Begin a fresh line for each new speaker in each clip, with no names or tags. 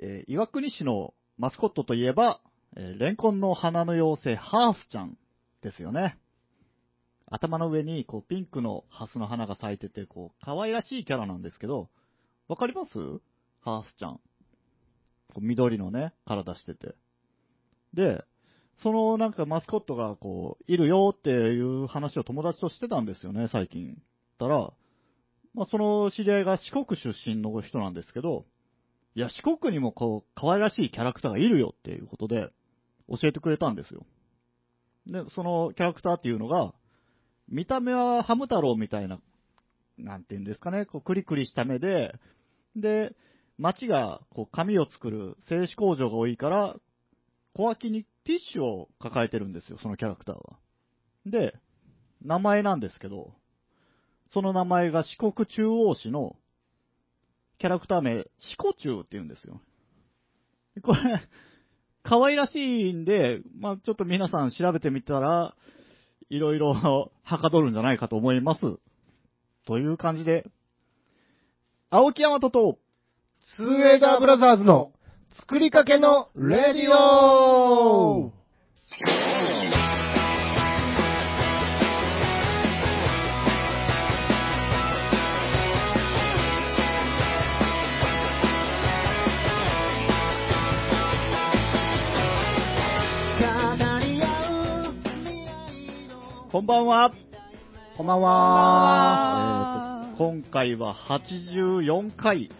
えー岩国市のマスコットといえば、えーレンコンの花の妖精、ハースちゃんですよね。頭の上に、こう、ピンクのハスの花が咲いてて、こう、可愛らしいキャラなんですけど、わかりますハースちゃん。こう緑のね、体してて。で、そのなんかマスコットがこう、いるよっていう話を友達としてたんですよね、最近。たら、まあ、その知り合いが四国出身の人なんですけど、いや、四国にもこう、可愛らしいキャラクターがいるよっていうことで、教えてくれたんですよ。で、そのキャラクターっていうのが、見た目はハム太郎みたいな、なんていうんですかね、こう、クリクリした目で、で、町がこう紙を作る製紙工場が多いから、小脇にティッシュを抱えてるんですよ、そのキャラクターは。で、名前なんですけど、その名前が四国中央市のキャラクター名、四股中って言うんですよ。これ、可愛らしいんで、まあちょっと皆さん調べてみたら、いろいろ はかどるんじゃないかと思います。という感じで、青木山とと、
ツーエイダーブラザーズの作りかけのレディオ
こんばんは。
こんばんは。
えーと今回は84回、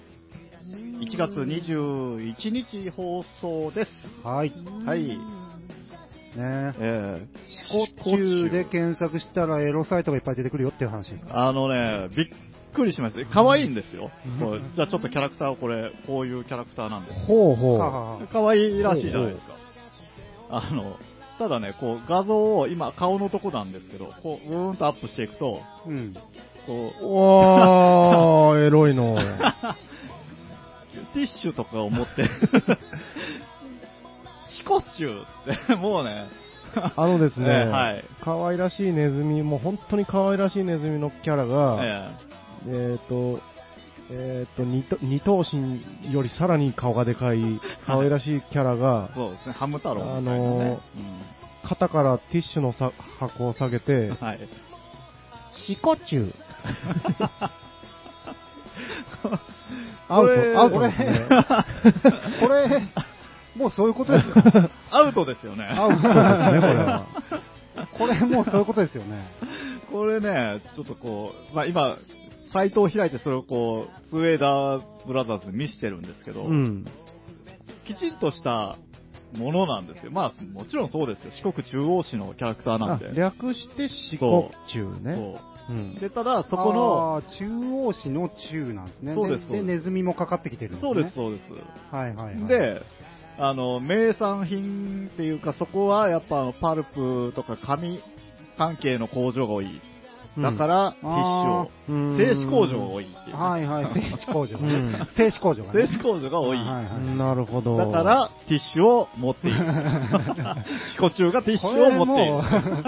1月21日放送です。
はい。
はい。
ね
え
こっちゅうで検索したらエロサイトがいっぱい出てくるよっていう話で
ー
すか。
あのね、びっくりしました。可愛いんですよ。これじゃあちょっとキャラクターをこれ、こういうキャラクターなんで。
ほうほう。
は
は
はは
可愛いらしいじゃないですか。あの、ただね、こう画像を今顔のとこなんですけど、こう、うーんとアップしていくと、
うん。
こう、
おー、エロ いの。
ティッシュとかを持って、 シコチュって、もうね、
あのですね、
ええはい
可愛らしいネズミ、もう本当に可愛らしいネズミのキャラが、
え
えっ、と、えっ、と二頭、二頭身よりさらに顔がでかい、可愛らしいキャ ラが
え、そうですね、ハム太郎みたいなね。
あのー肩からティッシュのさ箱を下げて
うん、はい。
シコチュア
こ
ウ
れ
ト、アウトです ね。
これ、もうそういうことですか
アウトですよね。
アウトですね、これは。 これもうそういうことですよね。
これね、ちょっとこう、まあ今、サイトを開いてそれをこう、ツーエイダーブラザーズに見してるんですけど、
うん。
きちんとしたものなんですよ。まあもちろんそうですよ。四国中央市のキャラクターなん
あ
で。
略してシコチュね。
そうう。
ん
で、ただそこの、
あー中央市の中なんですね。
そうですそうで
ですネズミもかかってきてるんですね。
そうです、そうです。
はいはいはい。、
で、あの、名産品っていうか、そこはやっぱあのパルプとか紙関係の工場が多い。だか、ら、ティッシ
製
ュを、製紙工場が多いっていうね、
はい はい、製紙工場
う
ね
ん。
製紙工場がね。
製紙工場が多い。
はいはいはい
なるほど。
だか、ら、ティッシュを持 っている。飛行中がティッシュを持っている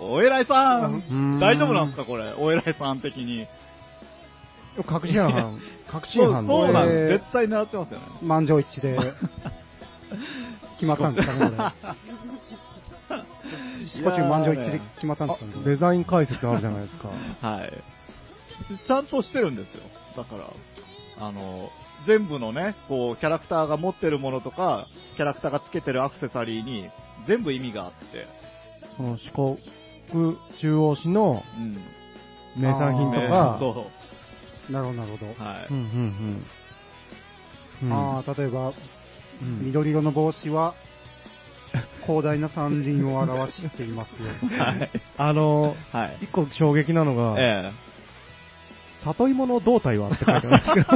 こ。
お偉いさ、
うんん
大丈夫なんですか、これ。お偉いさん的に。
確 信犯、確
そ
信
う
犯
そうなん
え
で
ー
す。絶対狙ってますよね。
満場一致で決まったんですかね、これ。しこちゅう満場一致で決まったんですかねこれ
デ。ザイン解説あるじゃないで すか。
はい。ちゃんとしてるんですよ。だから、あの、全部のね、こう、キャラクターが持ってるものとか、キャラクターがつけてるアクセサリーに、全部意味があって、
この四国中央市の
うん。
名産品と
あ
か、
そ
なるほど、なるほど
う。。はい。
うんうんうん。
ああ、例えば、
うん
緑色の帽子は、広大な山林を表しています よ。
はい。
あの、
はい。
一個衝撃なのが、
ええ。
里芋の胴体はって書いてあるんですけど、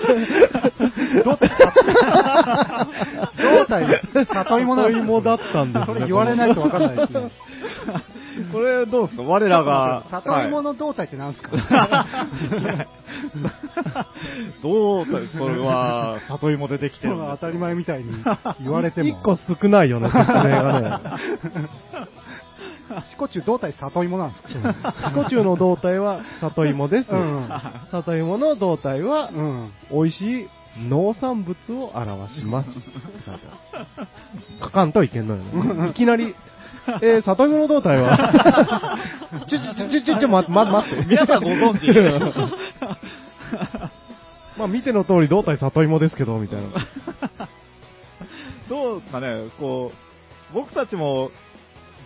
胴体、胴体、里芋なん
里芋だったんですね
それ言われないとわかんないですね。
これ、どうですか我らが。
里芋の胴体ってなんですか、
はいどうだそれは、里芋でできて
そ
る
れ
んですよ
は当たり前 みたいに言われても。
一個少ないよね、説明がね。
シコチュウ胴体里芋なんですけど。
シコチュウの胴体は里芋です。
うん
里芋の胴体は
うん。
美味しい農産物を表します。書かんといけんのよね。いきなり、えー、里芋の胴体は、ちょちょちょちょちょ、ま、ま、待って。
皆さんご存知
まあ見ての通り胴体里芋ですけど、みたいな。
どうですかね、こう、僕たちも、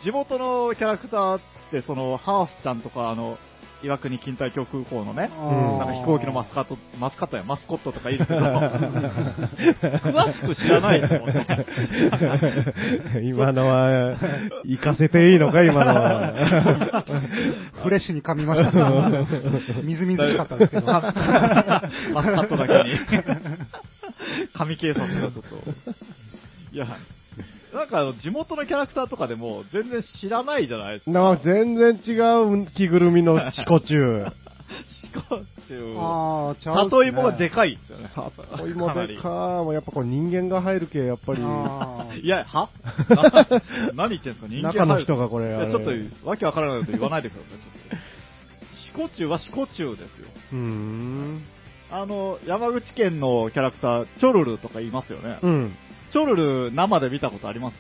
地元のキャラクターって、その、ハースちゃんとか、あの、岩国錦帯橋空港のね、
うん
なんか飛行機のマスカ
ッ
ット、マスカットやマスコットとかいるけ ど、詳しく知らないですもんね。
今のは、行かせていいのか、今のは。
フレッシュに噛みましたね。みずみずしかったですけど。
マスカットだけに。 神警察がちょっと。いや、なんかあの地元のキャラクターとかでも全然知らないじゃないですか。
な全然違う着ぐるみのチコチュウ。
四国中。
ああ、ちゃうっすね。
里芋がでかいですよね。
お芋
かな
で
り
かもやっぱこう人間が入る系、やっぱり。
あー
いや、 は何言ってんすか人間
中の人がこれ
いや
あれ
ちょっと、わけわからないこと言わないでください。ちょっと四股中は四股中ですよ。
うーん。
あの、山口県のキャラクター、チョルルとかいますよね。
うん。
チョルル生で見たことあります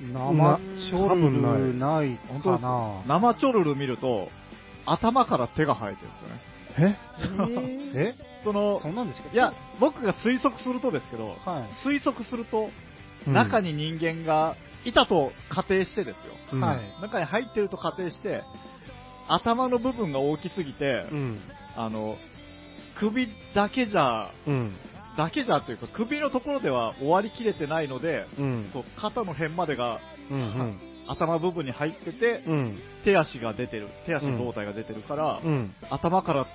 生チョル
な多
ル
分
ないかな。
生チョルル見ると、頭から手が生えてるんですよね。
え
え
その、
そんなんですか
いや、僕が推測するとですけど、
は
推測すると、
うん
中に人間がいたと仮定してですよ。
うん
はい
中に入ってると仮定して、頭の部分が大きすぎて、
うん。
あの、首だけじゃ、
うん。
だけじゃというか、首のところでは終わりきれてないので、
うん。
そう肩の辺までが
うん。
頭部分に入ってて、
うん。
手足が出てる、手足の胴体が出てるから、
うん。
頭から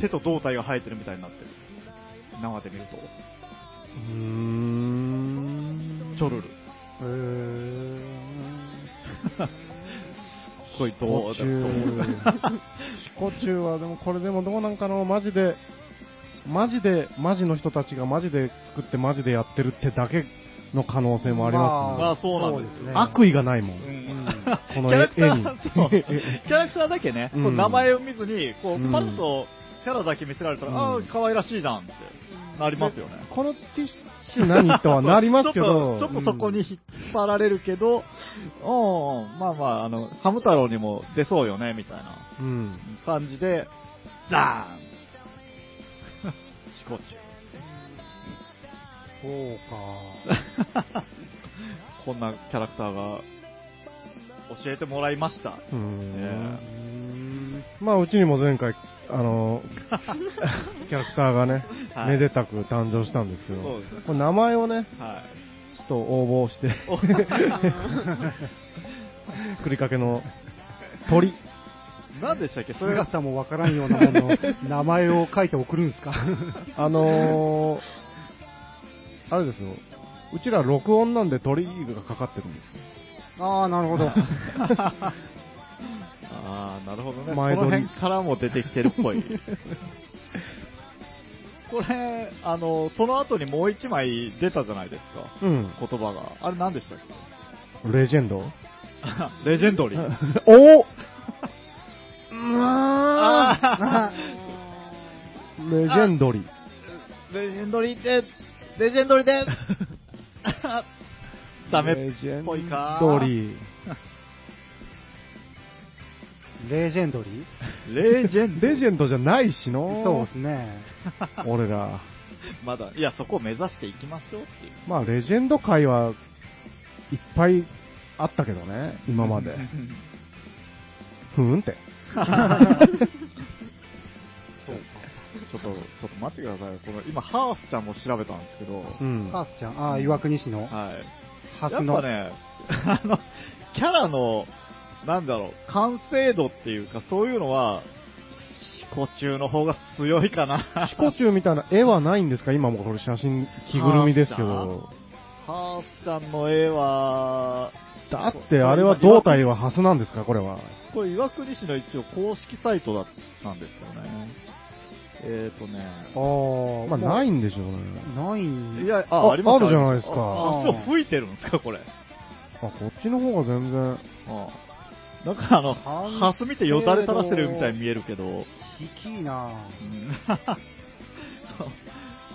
手と胴体が生えてるみたいになってる。生で見ると、
うーん。
チョルル。
い。へー
こいどうだと思う。
シコチュウはでもこれでもどうなんかのマジでマジでマジの人たちがマジで作ってマジでやってるってだけの可能性もあります、ね
まあそうなんです
そうですね
悪意がないもん、
うん
こ
キャ
の
ラ
絵
クタ
絵に
ー、そうキャラクターだけね、こう
うん
名前を見ずに、こ
う
う、
ん
パッとキャラだけ見せられたら、
うん
ああ、可愛らしいじゃんってなりますよね。
このティッシュ何とはなりますけど
ちょっとちょっとそこに引っ張られるけど、おーまあまあ、あの、ハム太郎にも出そうよね、みたいな
うん
感じで、ザーンシコチ
そうか。
ュ。こんなキャラクターが教えてもらいました。
う
ね
うー
ん
ん
まあうちにも前回あの キャラクターがね、
はい
めでたく誕生したんですけど
そうですね
これ名前をね
はい。
ちょっと応募して
お
ふりかけの鳥。
何でしたっけそれが
姿もわからんようなもの、名前を書いて送るんですか
あのー、あれですよ。うちら録音なんで鳥がかかってるんで
ああ、なるほ ど。
ああ、なるほどね。こ
前
の
撮り
辺からも出てきてるっぽい。これ、あの、その後にもう一枚出たじゃないですか。
す。うん。
言葉が。あれ何でしたっ
レジェンド
けレジェンドリー。
お
あ
レジェンドリ。
ーレジェンドリーで、レジェンドリーで、 ダメっ
レジェン
ぽいか。
ドリ。
レジェンドリー
レジェンド
レジェンドじゃないしの。
そうですね。
俺ら。
まだ、いや、そこを目指していきましょうっていう。
まあ、レジェンド界はいっぱいあったけどね、今まで。ふーんって。
そうか。ちょっと、ちょっと待ってください。この、今、ハーフちゃんも調べたんですけど、
うん。
ハースちゃん、ああ、岩国市の
はい。
ハス
やっ
の。
ぱね、あの、キャラの、なんだろう、完成度っていうか、そういうのは、シコ中の方が強いかな。
シコチュウみたいな絵はないんですか今もこれ写真着ぐるみですけど。
ハーフちゃんの絵は、
だってあれは胴体はハスなんですかこれは。
これ、岩国市の一応公式サイトだったんですよね。えーとね、
あ。
まあないいんでしょうね。
ないん
い
や、
や、あ、
あ
あります
あるじゃないですか
あ、あそう、吹いてるんですか、これ。
あ、こっちの方が全然。
あなんかあの、
完成度
ハス見てよだれ垂らしてるみたいに見えるけど、うん
大きいな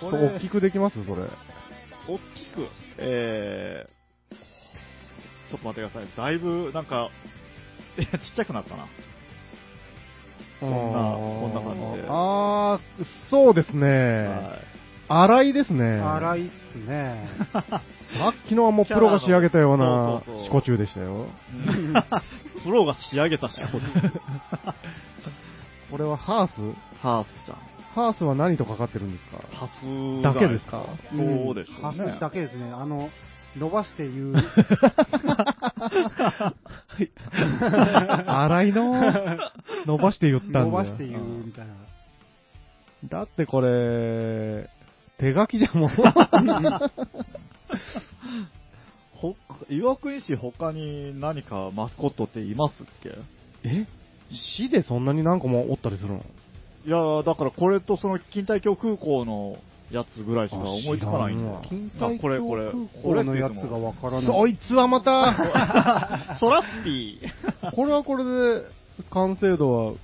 これ
大きくできますそれ。
大きく、えー、ちょっと待ってください。だいぶ、なんか、 いや、ちっちゃくなったな。
こ
んなこんな感じで
あー、そうですね。
は
粗いですね。
荒いっす ね。
さっきのはもうプロが仕上げたような
そうそうそう
四股中でしたよ。
い。 プロが仕上げた仕事。
これはハース
ハースさん。
ハースは何とかかってる んです
ハス
かだけですか
そうでしょ
ハ
う
ス
ね。
だけですね。あの、伸ばして 言う。
粗いの伸ばして言ったんだよ
伸ばして言うみたいな。
だってこれ、手書きじゃ もう。
ほ岩国市他に何かマスコットっていますっけ
え市でそんなに何個もおったりするの
いやーだからこれとその錦帯橋空港のやつぐらいしか思いつかないんだよ
あ知らんわ
近代
あこれこれ
これのやつがわからない。
そいつは また、
ソラッピー。
これはこれで、完成度は、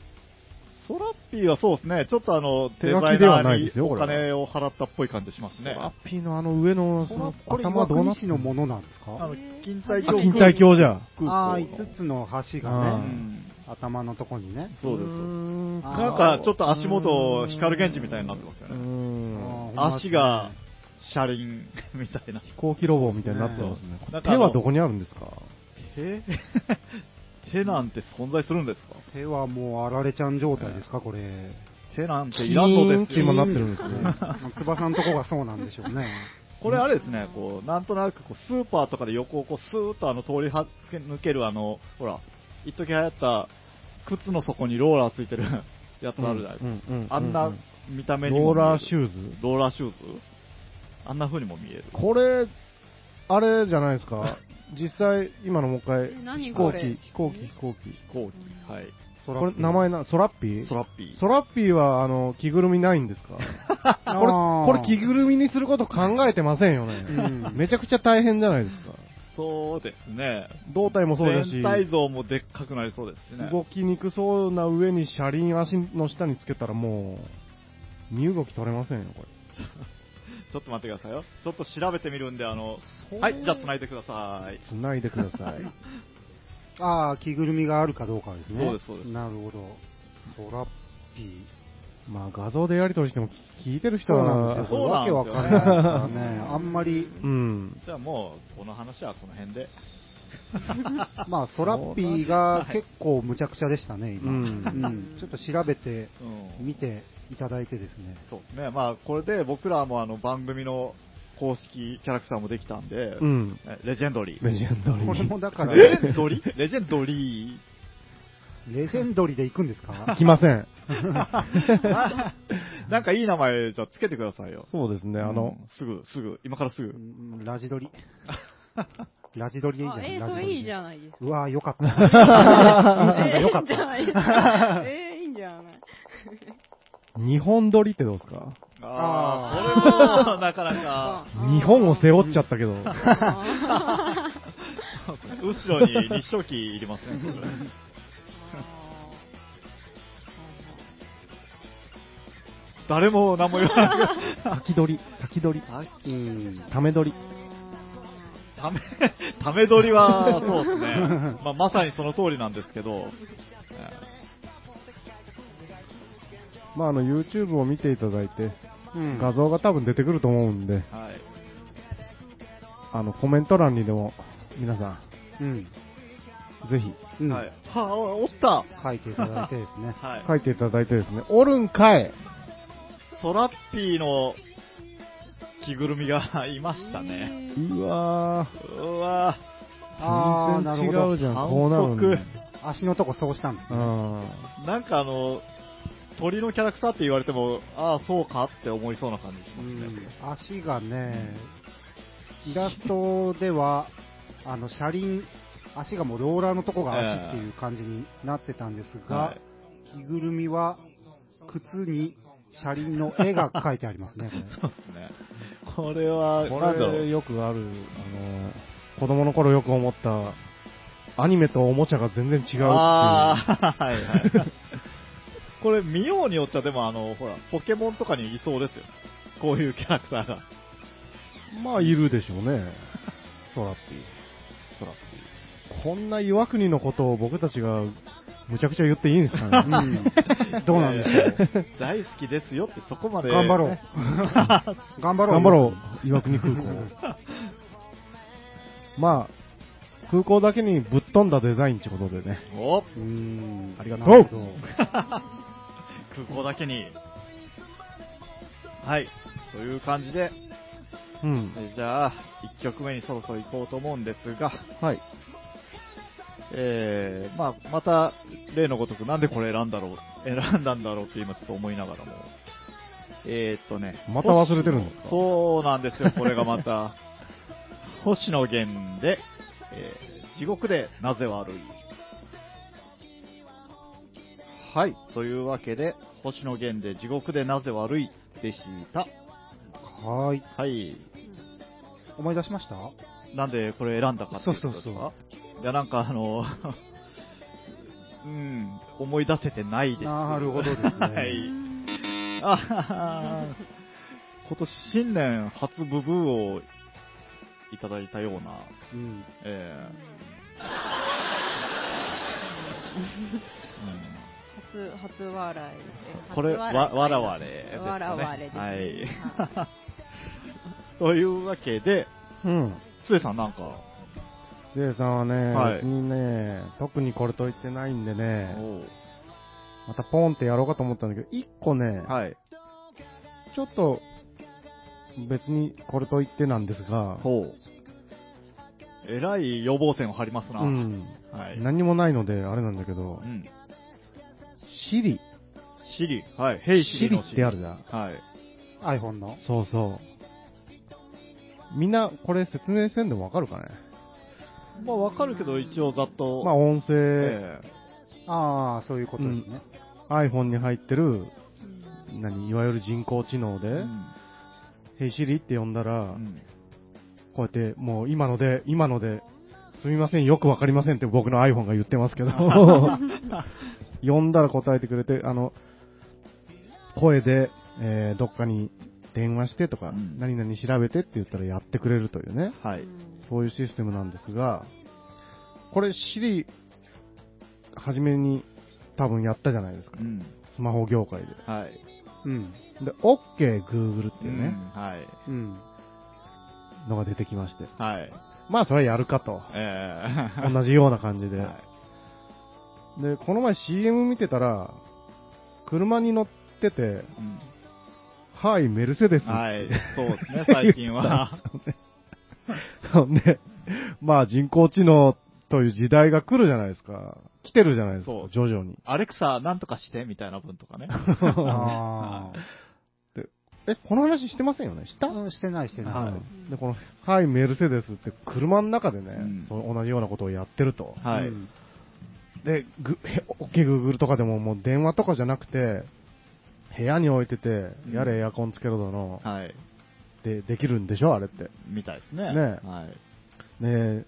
ソラッピーはそうですね、ちょっとあの、
手書きではないです
デ
よ
ザイナーにお金を払ったっぽい感じします
ソ
ね。
ラッピーのあの上の
そのこれ
頭
岩
どう
国
なって
市
ん
のものなんです
あ
か
の、錦帯橋。
あ錦帯橋じゃ。
ああ、
5
5つの橋
う
が
う
ね、
ん。
頭のとこにね。
そうで
う
す。
ーん
あー
なんか、ちょっと足元、光源氏みたいになってますよ
うー
ね。
ん
あー
足が、車輪みたいな。
飛行機ロボみたいになってますね。
うん
手はどこにあるんですか
手 手なんて存在するんですか
手はもうあられちゃん状態ですか、これ。
手なんていらんのです
キーンって今
よ。
なってるんですね。
翼のとこがそうなんでしょうね。
これあれですね、こう、なんとなくこう、スーパーとかで横をこう、スーッとあの、通りはけ抜けるあの、ほら、一時流行った、靴の底にローラーついてるやつあるじゃないですか。
うんうんうん
あんな見た目に
ロ
も
ー
見える
ラーシューズ
ローラーシューズあんな風にも見える。
これ、あれじゃないです か。実際、今のもう一回、
え何
飛行機
これ、
飛行機、飛行機。
飛行機。はい。
これ、名前な、ソラッピー
ソラッピー。
ソラッピーは、あの、着ぐるみないんですか これ、これ着ぐるみにすること考えてませんよね。
うん
めちゃくちゃ大変じゃないですか。
そうですね。
胴体もそうだし
全、体像もでっかくなりそうですしね。
動きにくそうな上に車輪足の下につけたらもう、身動き取れませんよ、これ。
ちょっと待ってくださいよ。ちょっと調べてみるんで、あの、はい、じゃあ繋いでください。
繋いでくださ い。
ああ、着ぐるみがあるかどうかですね。
そうですそうです
なるほど。ソラッピー。
まあ画像でやり取りしても聞聞いてる人
そう
は、
なんですよ。これわけわかんないですからね。あんまり、
うん。
じゃあもう、この話はこの辺で。
まあ、ソラッピーが結構むちゃくちゃでしたね、今。
う
うんんちょっと調べて、
うん
見ていただいてですね。
そうですね。まあ、これで僕らもあの、番組の公式キャラクターもできたんで、
うん。
えレジェンドリー。
レジェンドリー。
これもだから、
レ
レ
ジェンドリー レジェンドリー。
ジェンドリで行くんですか
来ません。
なんかいい名前じゃあつけてくださいよ。
そうですね、あの、
うん、すぐ、すぐ、今からす
う
ぐ。
んラジドリ。 ラジドリでいいじゃ
あ
ん。
えー、
ラジ
そ
ド
れ
リ
いいじゃないですか。
うわぁ、よかった。
えー、
よかった
いいんじゃないですか。えー、いいんじゃない。
日本撮りってどうですか
ああ、こ れも、なかなか、
日本を背負っちゃったけど、
あー
後ろに日照期いりますね、 これ誰も何も言わない。
先撮り、先撮り、
うん。
ため撮り。
ため、 ため撮りは、そうですね。 まあ、まさにその通りなんですけど、
まあ、あの、YouTube を見ていただいて、
うん
画像が多分出てくると思うんで、
はい。
あの、コメント欄にでも、皆さ
うん。
ん、ぜひ、
うん
はい。はあ、おった。
書いていただいてですね
はい。
書いていただいてですね、おるんかい
ソラッピーの着ぐるみが いましたね。
うわー、
うわ
あー、なるほ
全然
ど
違う。じゃん、
反則
こうなるんだよ
足のとこそうしたんです
う
ね。
ん。
ぁなんかあの、鳥のキャラクターって言われても、ああ、そうかって思いそうな感じし
う
ますね。
ん足がね、イラストでは、あの、車輪、足がもうローラーのとこが足っていう感じになってたんです
は
が、着ぐるみは、靴に車輪の絵が描いてありますね、こ れ。
そうですね。 これは、
こ
なんだろ
れ
う
よくある、あの、子供の頃よく思った、アニメとおもちゃが全然違うっていう。
ああ、はいはい。これ、見ようによっちゃ、でも、あの、ほら、ポケモンとかにいそうですよ。こういうキャラクターが。
まあ、いるでしょうね。ソラッピー。ソラッピー。こんな岩国のことを僕たちがむちゃくちゃ言っていいんですかね。
どうなんでしょう
えー大好きですよって、そこまで。
頑張ろう
ね
頑張ろう。
頑張ろう、岩国空港。まあ、空港だけにぶっ飛んだデザインってことでね。
お
う。うーん。
ありがとう
なるほど
空港だけに。はい。という感じで、
うん。
えじゃあ、1曲目にそろそろ行こうと思うんですが、
はい。
えー、まあ、また、例のごとく、なんでこれ選んだろう、選んだんだろうって今ちょっと思いながらも。えー、っとね。
また忘れてるんですか
そうなんですよ、これがまた。 星野源で、えー地獄でなぜ悪い。はい、というわけで、星野源で地獄でなぜ悪いでした。
はーい。
はい。
思い出しました
なんでこれ選んだかっていうことですか
そうそう
いや、なんかあの、 うん、思い出せてないです。
なるほどですね
はい。あはは 今年新年初ブブーをいただいたような、
うん。
え
初、初笑いで
ーうん、これ、
初
わ
笑い
わらわれです、ね。
わらわれですね
はい。 というわけで、
うん。
つえさんなんか、
つえさんはね、
はい
別にね、特にこれと言ってないんでね、
おう
またポンってやろうかと思ったんだけど、一個ね、
はい。
ちょっと、別にこれと言ってなんですが、
ほう。えらい予防線を張りますな。
うん。
はい。
何もないので、あれなんだけど
う、ん。
シリ、
シリ。はい。ヘイシ
シ
リ
リ
の
ってあるじゃん。
はい。
iPhone の。
そうそう。みんな、これ説明せんでもわかるかね
まあわかるけど、一応ざっと。
まあ、音声、
え
ああ、そういうことですね。
iPhone に入ってる、何、いわゆる人工知能で、
え
Hey Siri って呼んだら、
うん
こうやって、もう今ので、今ので、すみません、よくわかりませんって僕の iPhone が言ってます けど、呼んだら答えてくれて、あの、声で、えーどっかに電話してとか、
うん
何々調べてって言ったらやってくれるというね、
はい。
そういうシステムなんですが、これ Siri、初めに多分やったじゃないですか
う、ん。
スマホ業界で。
はい。
うん。
で、OK Google っていう
う
ね、
んはい。
う ん。
のが出てきまして、
はい。
まあそれはやるかと。
ええ
同じような感じで。
はい
で、この前 CM 見てたら、車に乗ってて、
うん
はい、メルセデス。
はい。そうですね、最近は。
ほん で、まあ人工知能という時代が来るじゃないですか。来てるじゃないですか
そう、
徐々に。
アレクサ、なんとかしてみたいな分とかね。
あ
え、この話してませんよねした
あ。うんしてない、して
は。
ない
で、この、はい、メルセデスって車の中でね、
ん
そう同じようなことをやってると。
い。
はい。
うん
で、グ、へ OK、Google とかでももう電話とかじゃなくて、部屋に置いてて、やれエアコンつけろだの、
はい。
で、できるんでしょあれって。
みたいですね。
ね
はい。
ねえ、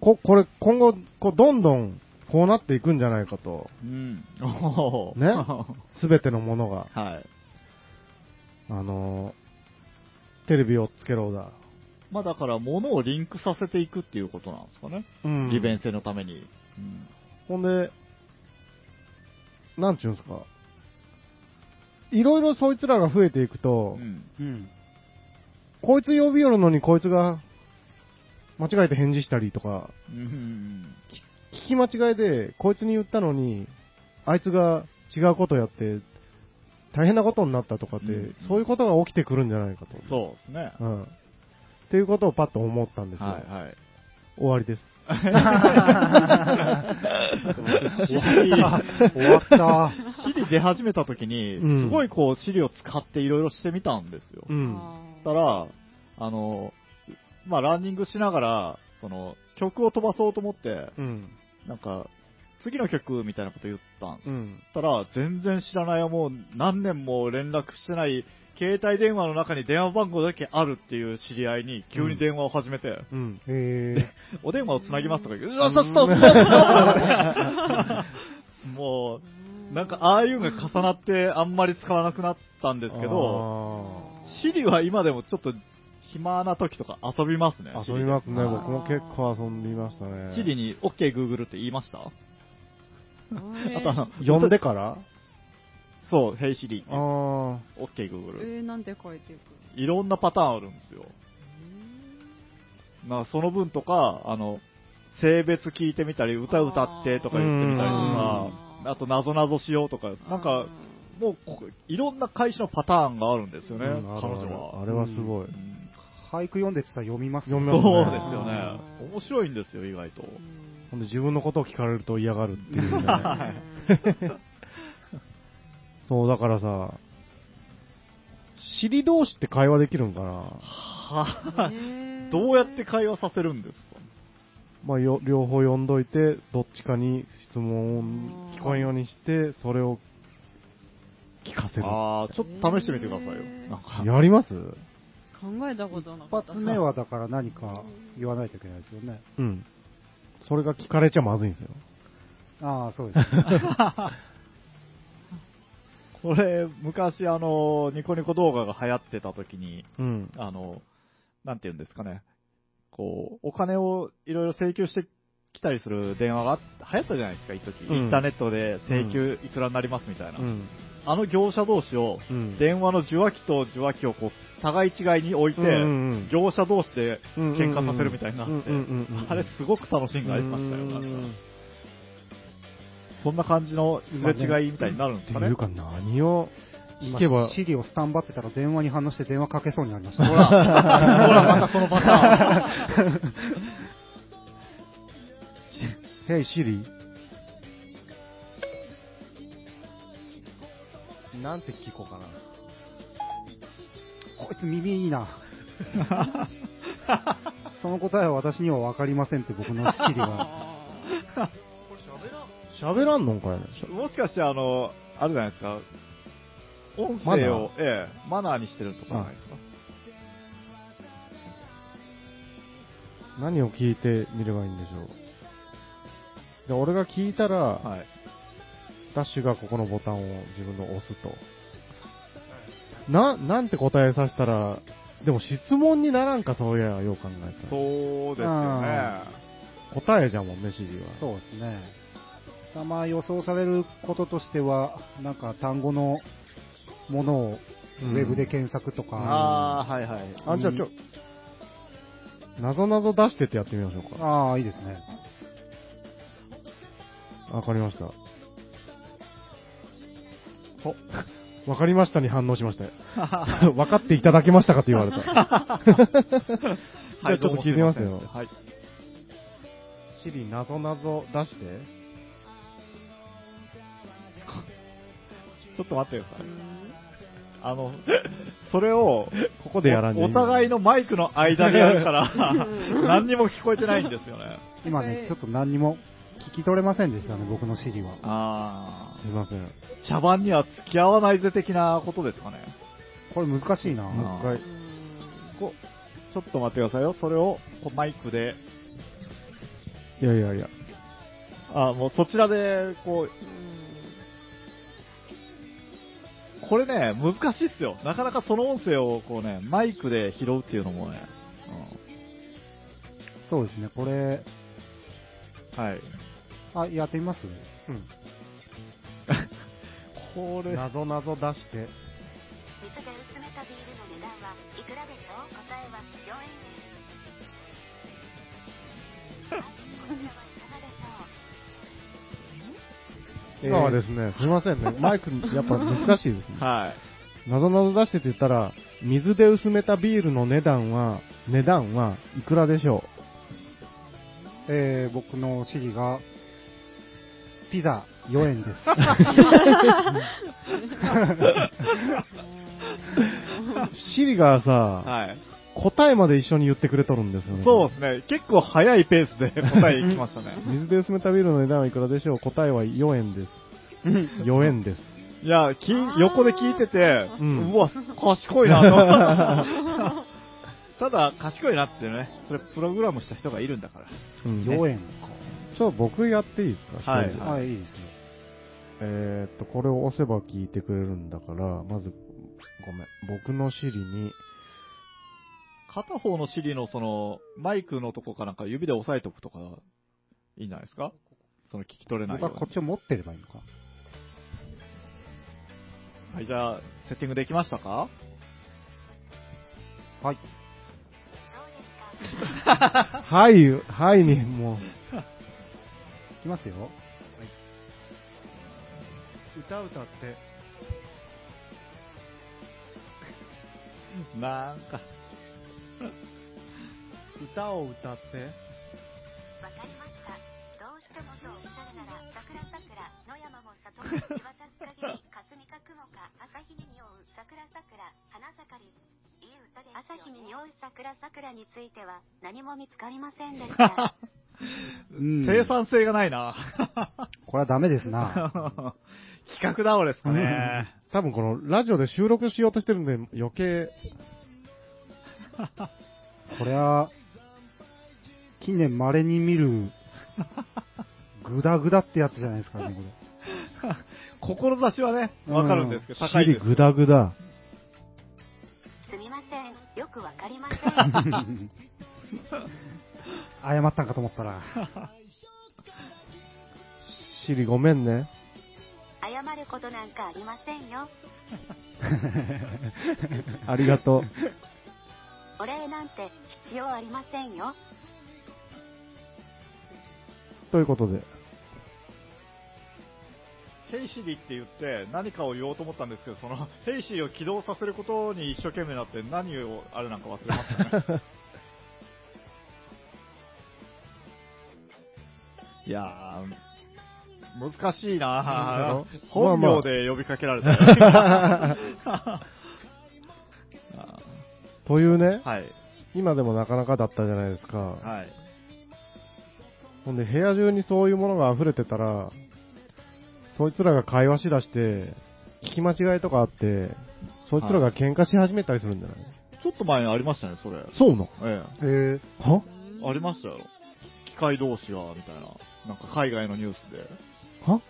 こ、これ今後、こうどんどんこうなっていくんじゃないかと。
うん。おー
ねすべてのものが。
はい。
あのー、テレビをつけろだ。
まあだから、物をリンクさせていくっていうことなんですかね。
うん
利便性のために。うん
ほんで、なんちゅうんですか。いろいろそいつらが増えていくと、
うん。
うん。
こいつ呼び寄るのにこいつが間違えて返事したりとか、
うん。
聞き間違えでこいつに言ったのに、あいつが違うことやって大変なことになったとかって、
うん
そういうことが起きてくるんじゃないかと。
そうですね。
うん。っていうことをパッと思ったんですよ。
はいはい。
終わりです。
シリ、
終わった。
シリ出始めた時に、
うん
すごいこう、シリを使っていろいろしてみたんですよ。
う
だ
ん。
ったら、あの、まあ、ランニングしながら、その、曲を飛ばそうと思って、
うん。
なんか、次の曲みたいなこと言ったんで
うん。
す。たら、全然知らない、もう何年も連絡してない携帯電話の中に電話番号だけあるっていう知り合いに急に電話を始めて、
うん。
え
お電話をつなぎますとか言う、うわ、そうそうそうもう、なんかああいうのが重なってあんまり使わなくなったんですけど、シリは今でもちょっと暇な時とか遊びますね
あ。ー、遊びますね。
あー
僕も結構遊びましたね。
シリに OK Google って言いました
え
あとあの、
呼んでから
そう、Hey Siri
あー
OK Google。
えー、なんて書いていく
いろんなパターンあるんですよ。まあその分とか、あの、性別聞いてみたり、歌歌ってとか言ってみたりとか、
うん
あと、なぞなぞしようとか、なんか、もうここ、いろんな開始のパターンがあるんですよね、
うんある
彼
ある
女は。
あれはすごい。
うん
俳句読んでってたら読みます
読み
そう
ま
ですす
ね
よ
あ
ね。面白いんですよ、意外と。
ほんで自分のことを聞かれると嫌がるっていう ね。
はい
そう、だからさ、尻同士って会話できるんかな
は
ね
どうやって会話させるんですか
まあ、よ両方呼んどいて、どっちかに質問を聞こえんようにして、それを聞かせる。
ああ、ちょっと試してみてくださいよ。
へー
なんか。
やります
考えたことな
一
かった
発目はだから何か言わないといけないですよね。
うん。それが聞かれちゃまずいんですよ。
ああ、そうですね。
これ、昔、あの、ニコニコ動画が流行ってた時に、
うん。
あの、なんて言うんですかね。こう、お金をいろいろ請求してきたりする電話が流行ったじゃないですか、一時。
うん
インターネットで請求いくらになりますみたいな。
うん。
あの業者同士を、
うん。
電話の受話器と受話器をこう、互い違いに置いて、
うんうんうん
業者同士で喧嘩させるみたいにな
うん
って
うんうんうんうん、
あれすごく楽しいのがありましたよ、
う
なん
ん
か。そんな感じのすれ違いみたいになるんで
って
すかね。
いうか何を 聞
今
けば、
シリをスタンバってたら電話に反応して電話かけそうになりました。
ほら、ほら、またそのパターン。
ヘイシリなんて聞こうかな。
こいつ耳いいな。 その答えは私には分かりませんって僕のシリは。
喋らんのんかいね。
もしかして、あの、あるじゃないですか、音声を、ええ、マナーにしてるとかないですか。
何を聞いてみればいいんでしょう。じゃあ俺が聞いたら、
はい。
ダッシュがここのボタンを自分の押すと。な、なんて答えさせたら、でも質問にならんか、そういや、よう考えた
そ
ら。
うですよね。
答えじゃもんね、指示は。
そうですね。たまあ予想されることとしては、なんか単語のものをウ
うん
ェブで検索とか、
ああ、はいはい。
あ、じゃあちょ、なぞなぞ出してってやってみましょうか。
ああ、いいですね。
わかりました。お、わかりましたに反応しましたよ。 わかっていただけましたかって言われた。じゃあちょっと聞いてみますよ
はい。
シリ、なぞなぞ出して。
ちょっと待ってください。あ の、それを、
ここでやらんでい
お
い
互いのマイクの間でやるから、何にも聞こえてないんですよね。
今ね、ちょっと何にも聞き取れませんでしたね、僕のシリは。
あ
すいません。もう
あ。茶番には付き合わないぜ的なことですかね。
これ難しいな。
一回。
こちょっと待ってくださいよ。それを、こうマイクで、
いやいやいや。
あもうそちらで、こう、これね、難しいっすよ。なかなかその音声を、こうね、マイクで拾うっていうのもね、
そうですね、これ、
うん、はい。
あ、やってみます
これ、
なぞなぞ出して。
店で薄めたビールの値段はいくらでしょう答えは4円です。はい、こちらはいか
今は
がでしょう
ですね、すいませんね。マイク、やっぱ難しいですね。
はい。
なぞなぞ出してって言ったら、水で薄めたビールの値段は、値段はいくらでしょ
えー、僕のシリが、ピザ4円です。
うシリがさ、
はい。
答えまで一緒に言ってくれとるんですよね。
そうですね。結構早いペースで答えいきましたね。
水で薄めたビールの値段はいくらでしょう答えは4円です。4円です。
いや、き
あー
横で聞いてて、う
うん
わ、賢いなと。ただ、賢いなってね、それプログラムした人がいるんだから。
うん
4円
ちょっと僕やっていいですか
はい
一人で
か。はい、いいですね。
えーっと、これを押せば聞いてくれるんだから、まず、ごめん。僕の尻に、
片方の尻のその、マイクのとこかなんか指で押さえとくとか、いいんじゃないですかその聞き取れない
僕
よう
は
に
こっちを持ってればいいのか。
はい、じゃあ、セッティングできましたか
はい。
そうですか。
はい、はいに、
い
も
きますよ。
う。歌歌って。
なんか、
歌を歌って。
わかりました。どうしてもとおっしゃるなら、桜桜、野山も里も見渡す限 り、霞か雲か、朝日に匂う桜桜、花盛り。いい歌ですよ、ね。朝日に匂う桜桜については、何も見つかりませんで した。
うん
生産性がないな。
これはダメですな。
企画倒れですかね。
多分この、ラジオで収録しようとしてるんで、余計、
これは、近年稀に見る、グダグダってやつじゃないですかね、こ れ。
志はね、わかるんですけど、高い
尻
です。
グダグダ。
すみません。よくわかりませ ん。
謝ったんかと思ったら。
尻ごめんね。
謝ることなんかありませんよ。
あり がとう。
お礼なんて必要ありませんよ。
ということで。
ヘイシリって言って何かを言おうと思ったんですけど、その ヘイシリを起動させることに一生懸命になって何をあれなんか忘れました ね。いやー、難しいな
なんだろ
ぁ。
う
本名で呼びかけられたよ。あ
という
ー、
ね
はい、
今でもなかなかだったじゃないですか。
はい。
ほんで、部屋中にそういうものが溢れてたら、そいつらが会話しだして、聞き間違いとかあって、そいつらが喧嘩し始めたりするんじゃない、
ちょっと前にありましたね、それ。
そうなの
ええ。
え
は
ありましたよ。機械同士が、みたいな。なんか海外のニュースで。
は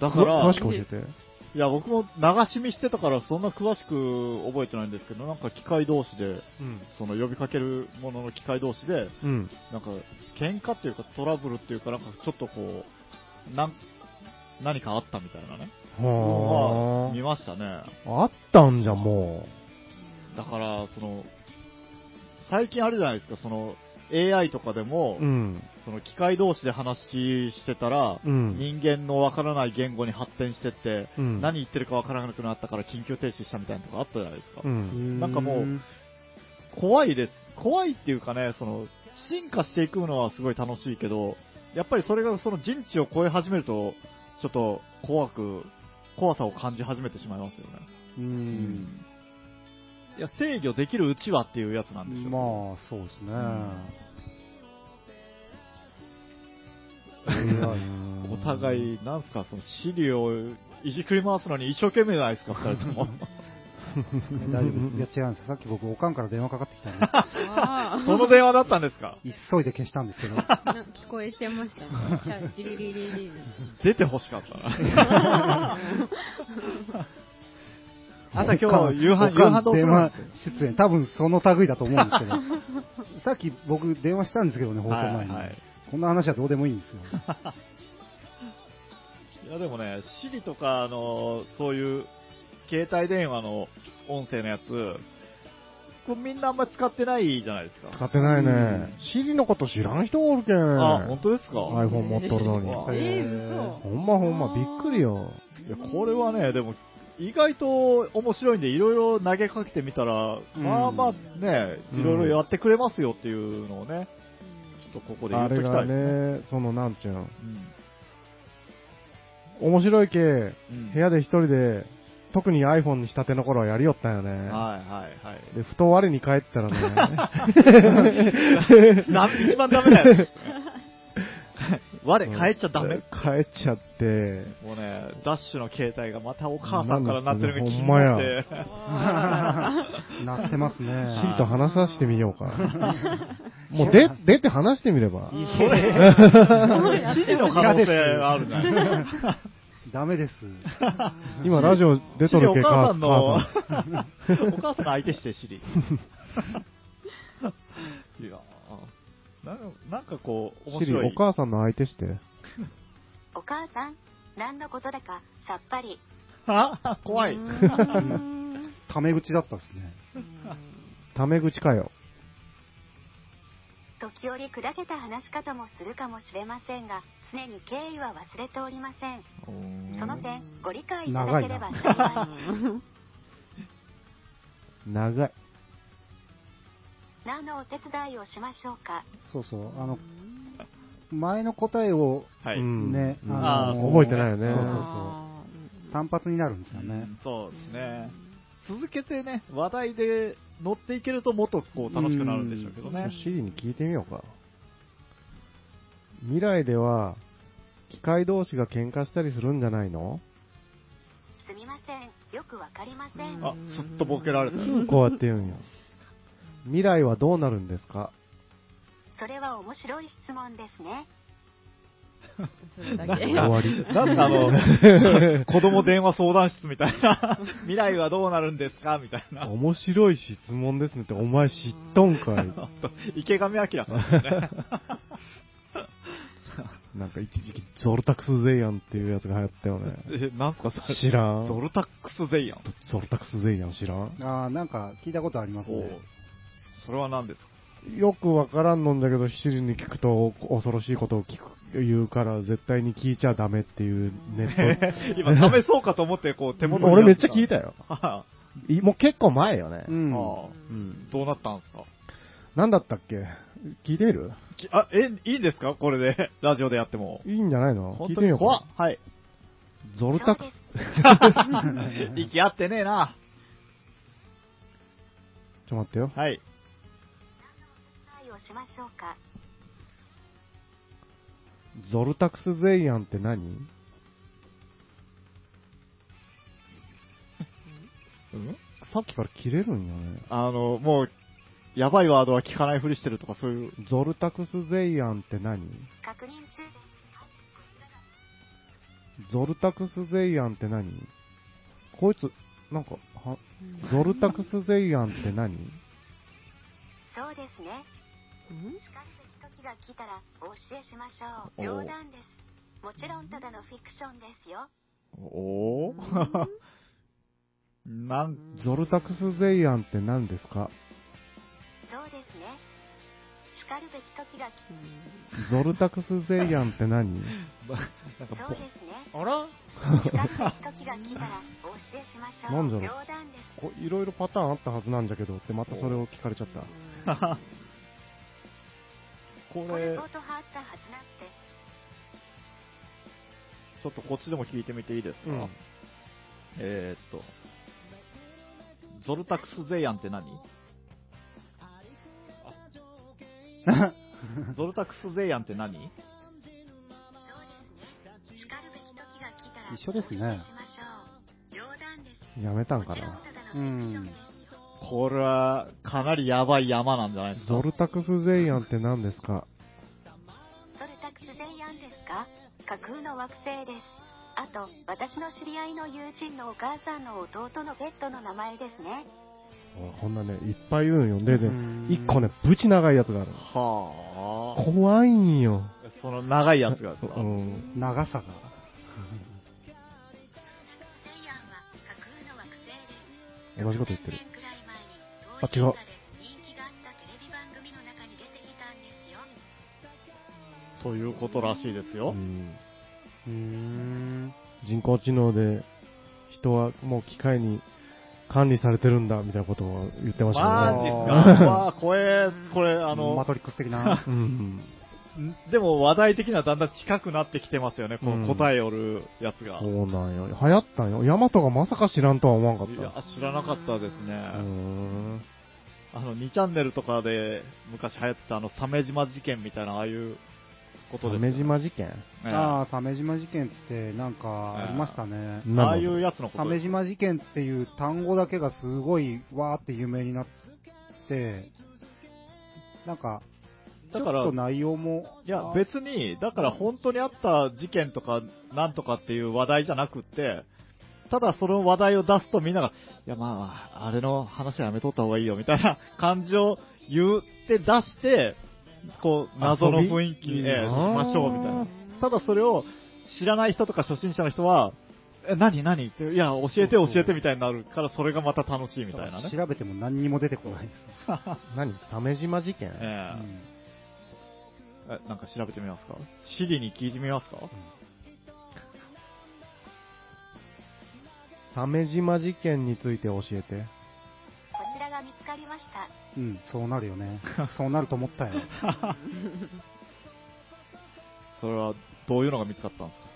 だから、
詳しく教えて。
いや、僕も流し見してたから、そんな詳しく覚えてないんですけど、なんか機械同士で、
うん。
その呼びかけるものの機械同士で、
うん。
なんか、喧嘩っていうかトラブルっていうか、なんかちょっとこう、なん、何かあったみたいなね。まあ
は
見ましたね。
あ。あったんじゃ、も
だから、その、最近あるじゃないですか、その、AI とかでも、
う。うん。
その機械同士で話してたら、
うん。
人間のわからない言語に発展してって、
うん。
何言ってるかわからなくなったから緊急停止したみたいなとかあったじゃないですか。
うん。
なんかもう怖いです。怖いっていうかね、その、進化していくのはすごい楽しいけど、やっぱりそれがその人知を超え始めると、ちょっと怖く、怖さを感じ始めてしまいますよね。
う。。
うんいや、制御できるうちはっていうやつなんでしょうね。
まあ、そうですね。
うん
お互い、なんすか、その、資料をいじくり回すのに一生懸命じゃないですか、二人とも。
ね大丈夫です。いや、違うんです。さっき僕、おかんから電話かかってきたん で、
あ
その電話だったんですか
急いで消したんですけど、
あ、な聞こえしてましたね。じゃあ、ジリリリリリ。
出て欲しかったな。 あんた
おか
今
ん
日夕飯、
お
夕
かん
飯どうする
電
の
話出演、多分その類だと思うんですけど、 さっき僕、電話したんですけどね、放送前に。
はいはい
こんな話はどうでもいいんですよ。
いやでもね、Siri とか、あの、そういう、携帯電話の音声のやつ、これみんなあんまり使ってないじゃないです
使
か。
ってないうね
ん。
シリのこと知らん人おるけん。
あ、本当ですか、い、
iPhone 持っとるのに。
わ
えー、
ほんまほんま、びっくりよ。
や、これはね、でも、意外と面白いんで、いろいろ投げかけてみたら、
うん
まあまあね、いろいろやってくれますよっていうのをね、
嘘。
ちょっとここで言
あ
っと
れ
きた
が
いですね。
ね、そのなんちゅうん。面白いけ、
うん
部屋で一人で、特に iPhone にしたての頃はやりよったよね。
はいはいはい。
で、ふと我に帰ったらね、
な一番ダメだよ。 我、変えちゃダメ。
変えちゃって、
もうね、ダッシュの携帯がまたお母さんからなってるのが気に
な
なんっ
で
て。
なってます
シ
ね。
リと話させてみようか。 もう出、出て話してみれば。
シリの可能性あるね。
ダメです。
今ラジオ出
シ
と
リ
る
お
け、
母さんの、お
母
母さん の相手して、シリ。いやなんかなんかこう、
さん
面
シリ、
白
お
い。
母さんの相手して。
お母さん、何のことだかさっぱり。
あ怖い。
タメ口だったですね。
タメ口かよ。
時折砕けた話し方もするかもしれませんが、常に敬意は忘れておりません。その点、ご理解いただければ幸い です。
長い。
何のお手伝いをしましょうか
そうそう。あの、前の答えを
は
う
い。
ん
ね、
うん
あのー
覚えてないよね。
そうそうそう
う
単発になるんですよね。
そうですね。続けてね、話題で乗っていけるともっとこう楽しくなるんでしょうけどね。
シリに聞いてみようか。未来では、機械同士が喧嘩したりするんじゃないの
すみません。よくわかりません。
あ、すっとボケられた。
こうやって言うんよ。未来はどうなるんですか
それは面白い質問ですね。
それだけ。
終わり。
なんか あの、子供電話相談室みたいな、 未来はどうなるんですかみたいな。
面白い質問ですねって、お前知っとんかい。
池上彰さんです ね。
なんか一時期、ゾルタクスゼイアンっていうやつが流行ったよね。
え、なんすかそれ。
知らん。
ゾルタックスゼイアン。
ゾルタクスゼイアン知らん
ああ、なんか聞いたことあります
お
ね
う。それは何ですか
よくわからんのんだけど、七時に聞くと恐ろしいことを聞く言うから、絶対に聞いちゃダメっていうネッ ト。
今、試そうかと思って、こう、手元に。
俺めっちゃ聞いた。よ。
あ
いもう結構前よね。
うん。
あ、どうなったんですか
なんだったっけ聞いてみる
きあ、え、いいんですかこれで、ラジオでやっても。
いいんじゃないの聞いてみよう
怖っ
か。
はい。
ゾル
そ
タ
う
ク
で
ス
す。
息合ってねえな。
ちょっと待ってよ。
はい。
お手伝いをしましょうか
ゾルタクスゼイアンって何さっきから切れるんよね。
あの、もう、やばいワードは聞かないふりしてるとか、そういう。
ゾルタクスゼイアンって何
確認中です。はいこちらだ
ゾルタクスゼイアンって何こいつ、なんか、は、ゾルタクスゼイアンって何
そうですね。しかるべき時が来たらお教えしましょう。冗談です。もちろんただのフィクションですよ。
おおなん、
ゾルタクスゼイアンって何ですか
そうですね。しかるべき時が来
ゾルタクスゼイアンって何
なん
た
か
そうですね。
ぼ、あら
しかるべき時が来たらお教えしましょ
なん
う。
だろう
冗談です。
こいろいろパターンあったはずなんだけどって、またそれを聞かれちゃった。
こ
こ
れ
れ、ことはあったはずなんて。
ちょっとこっちでも聞いてみていいですか、
うん
えー、っと、ゾルタクスゼイアンって 何あゾルタクスゼイアンって何
そうですね。しかるべき時が来たら
一緒ですね
お教えしましょう。冗談です。
やめたん
も
か
ちろん
な
ただのフィクションですよ。
これは、かなりやばい山なんじゃないですか
ゾルタクスゼイアンって何ですか
ソルタクスゼイアンですか架空の惑星です。あと、私の知り合いの友人のお母さんの弟のペットの名前ですね。
おいこんなね、いっぱい言うんよ。で
う
ね、
ん
一個ね、ぶち長いやつがある。
はあ。
怖いんよ。
その長いやつがですか
うん。
長さが。
ゼイアンは架空の惑星です。
同じこと言ってる。
6000年くらい前に、
あ違う
東映画で人気があったテレビ番組の中に出てきたんですよ。
ということらしいです
う
よ。
ん
うーん。
人工知能で人はもう機械に管理されてるんだみたいなことを言ってました
マジっす
ね。
か
あ
うわあ、これ、これ、あの
マ、トリックス的な。
うん
でも話題的にはだんだん近くなってきてますよね、この答えおるやつが。
そ
いう
なんよ。流行ったんよ。ヤマトがまさか知らんとは思わんかっ
や
た。、
知らなかったです
うー
ね。
ん。
あの、2チャンネルとかで昔流行ってたあの、鮫島事件みたいな、ああいう、ことです。
鮫島事件
ええ
ああ、鮫島事件ってなんかありましたね。
ああいうやつのこと
鮫
です。
島事件っていう単語だけがすごいわーって有名になって、なんか、ち
だ
ょっ
から
と内容も、
いや、別に、だから本当にあった事件とか、なんとかっていう話題じゃなくって、ただその話題を出すとみんなが、いやまあ、あれの話はやめとった方がいいよみたいな感じを言って出して、こう、謎の雰囲気
遊
に、
び
ええしましょうみたい
あ
な。ただそれを知らない人とか初心者の人は、え、何何って、いや、教えて教えてみたいになるから、それがまた楽しいみたいなね。
調べても何にも出てこないです。
何鮫島事件
え
う
え
ん
え、なんか調べてみますかシリに聞いてみますか
鮫島事件について教えて
こちらが見つかりました。
うん、そうなる よね。そうなると思ったよ。
それは、どういうのが見つかったんですか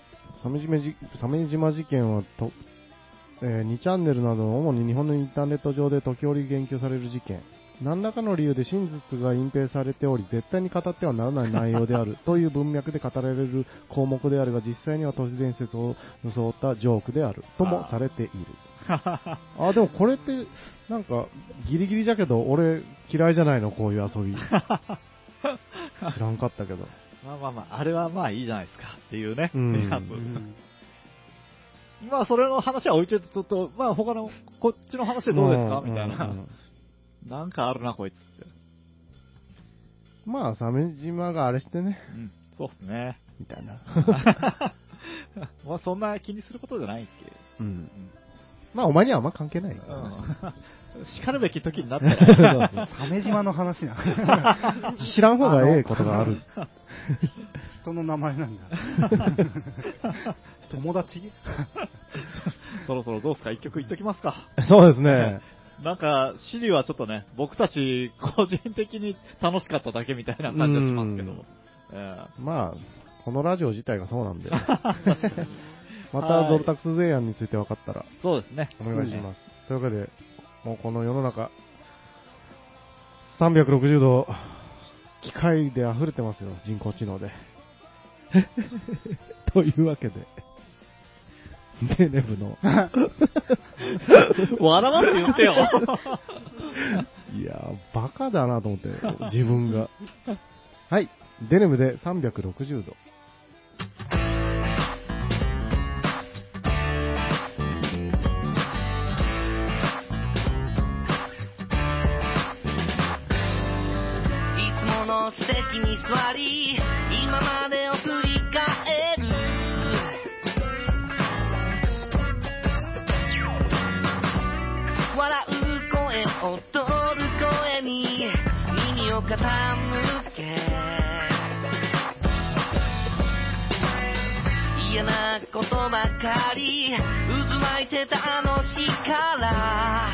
鮫島じ鮫島事件はと、え2チャンネルなど主に日本のインターネット上で時折言及される事件何らかの理由で真実が隠蔽されており絶対に語ってはならない内容である という文脈で語られる項目であるが実際には都市伝説を装ったジョークであるともされているああでもこれってなんかギリギリじゃけど俺嫌いじゃないのこういう遊 び知らんかったけど
まあまあまあ、あれはまあいいじゃないですかっていうね。
うん
やつ
うん
まあ、それの話は置いといて、ちょっと、まあ他の、こっちの話でどうですか
ん
みたい
うんう
な。
ん
なんかあるな、こいつって。
まあ鮫島があれしてね
うん、そうっすね。
みたいな。
まあそんな気にすることじゃないっけ。
うん。まあ、お前にはあんま関係ない。
うん。叱るべき時になったよ ね
鮫島の話な。
知らん方がええことがある。
人の名前なんだ。 友 達
そろそろどうっすか一曲言っときますか。
そうですね。
なんか、シリはちょっとね、僕たち個人的に楽しかっただけみたいな感じはしますけ
う
ど
ん。
え
まあ、このラジオ自体がそう なんで。また、ゾルタクス税案について分かったら
えそうですね。
お願いします。というわけで、もうこの世の中、360度、機械で溢れてますよ、人工知能 で。というわけで、デネブの、
笑わせて言ってよ。
いやー、バカだなと思って、自分が。はい、デネムで360度。
いつもの席に座り今までを振り返る笑う声踊る声に耳を傾け嫌なことばかり渦巻いてたあの日から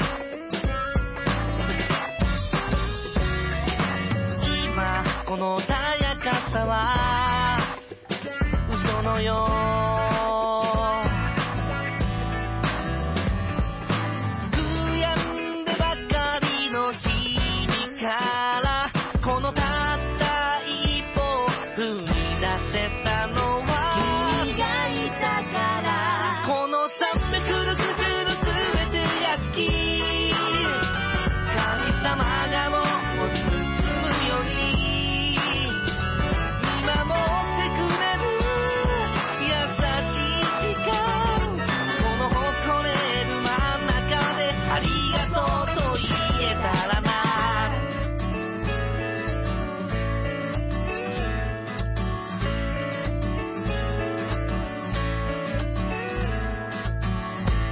今この穏やかさは嘘のよう悔やんでばかりの日々からこのたった一歩踏み出せたのは君がいたからこの360度全てが好き神様がもう包むように見守ってくれる優しい時間この誇れる真ん中でありがとうと言えたらな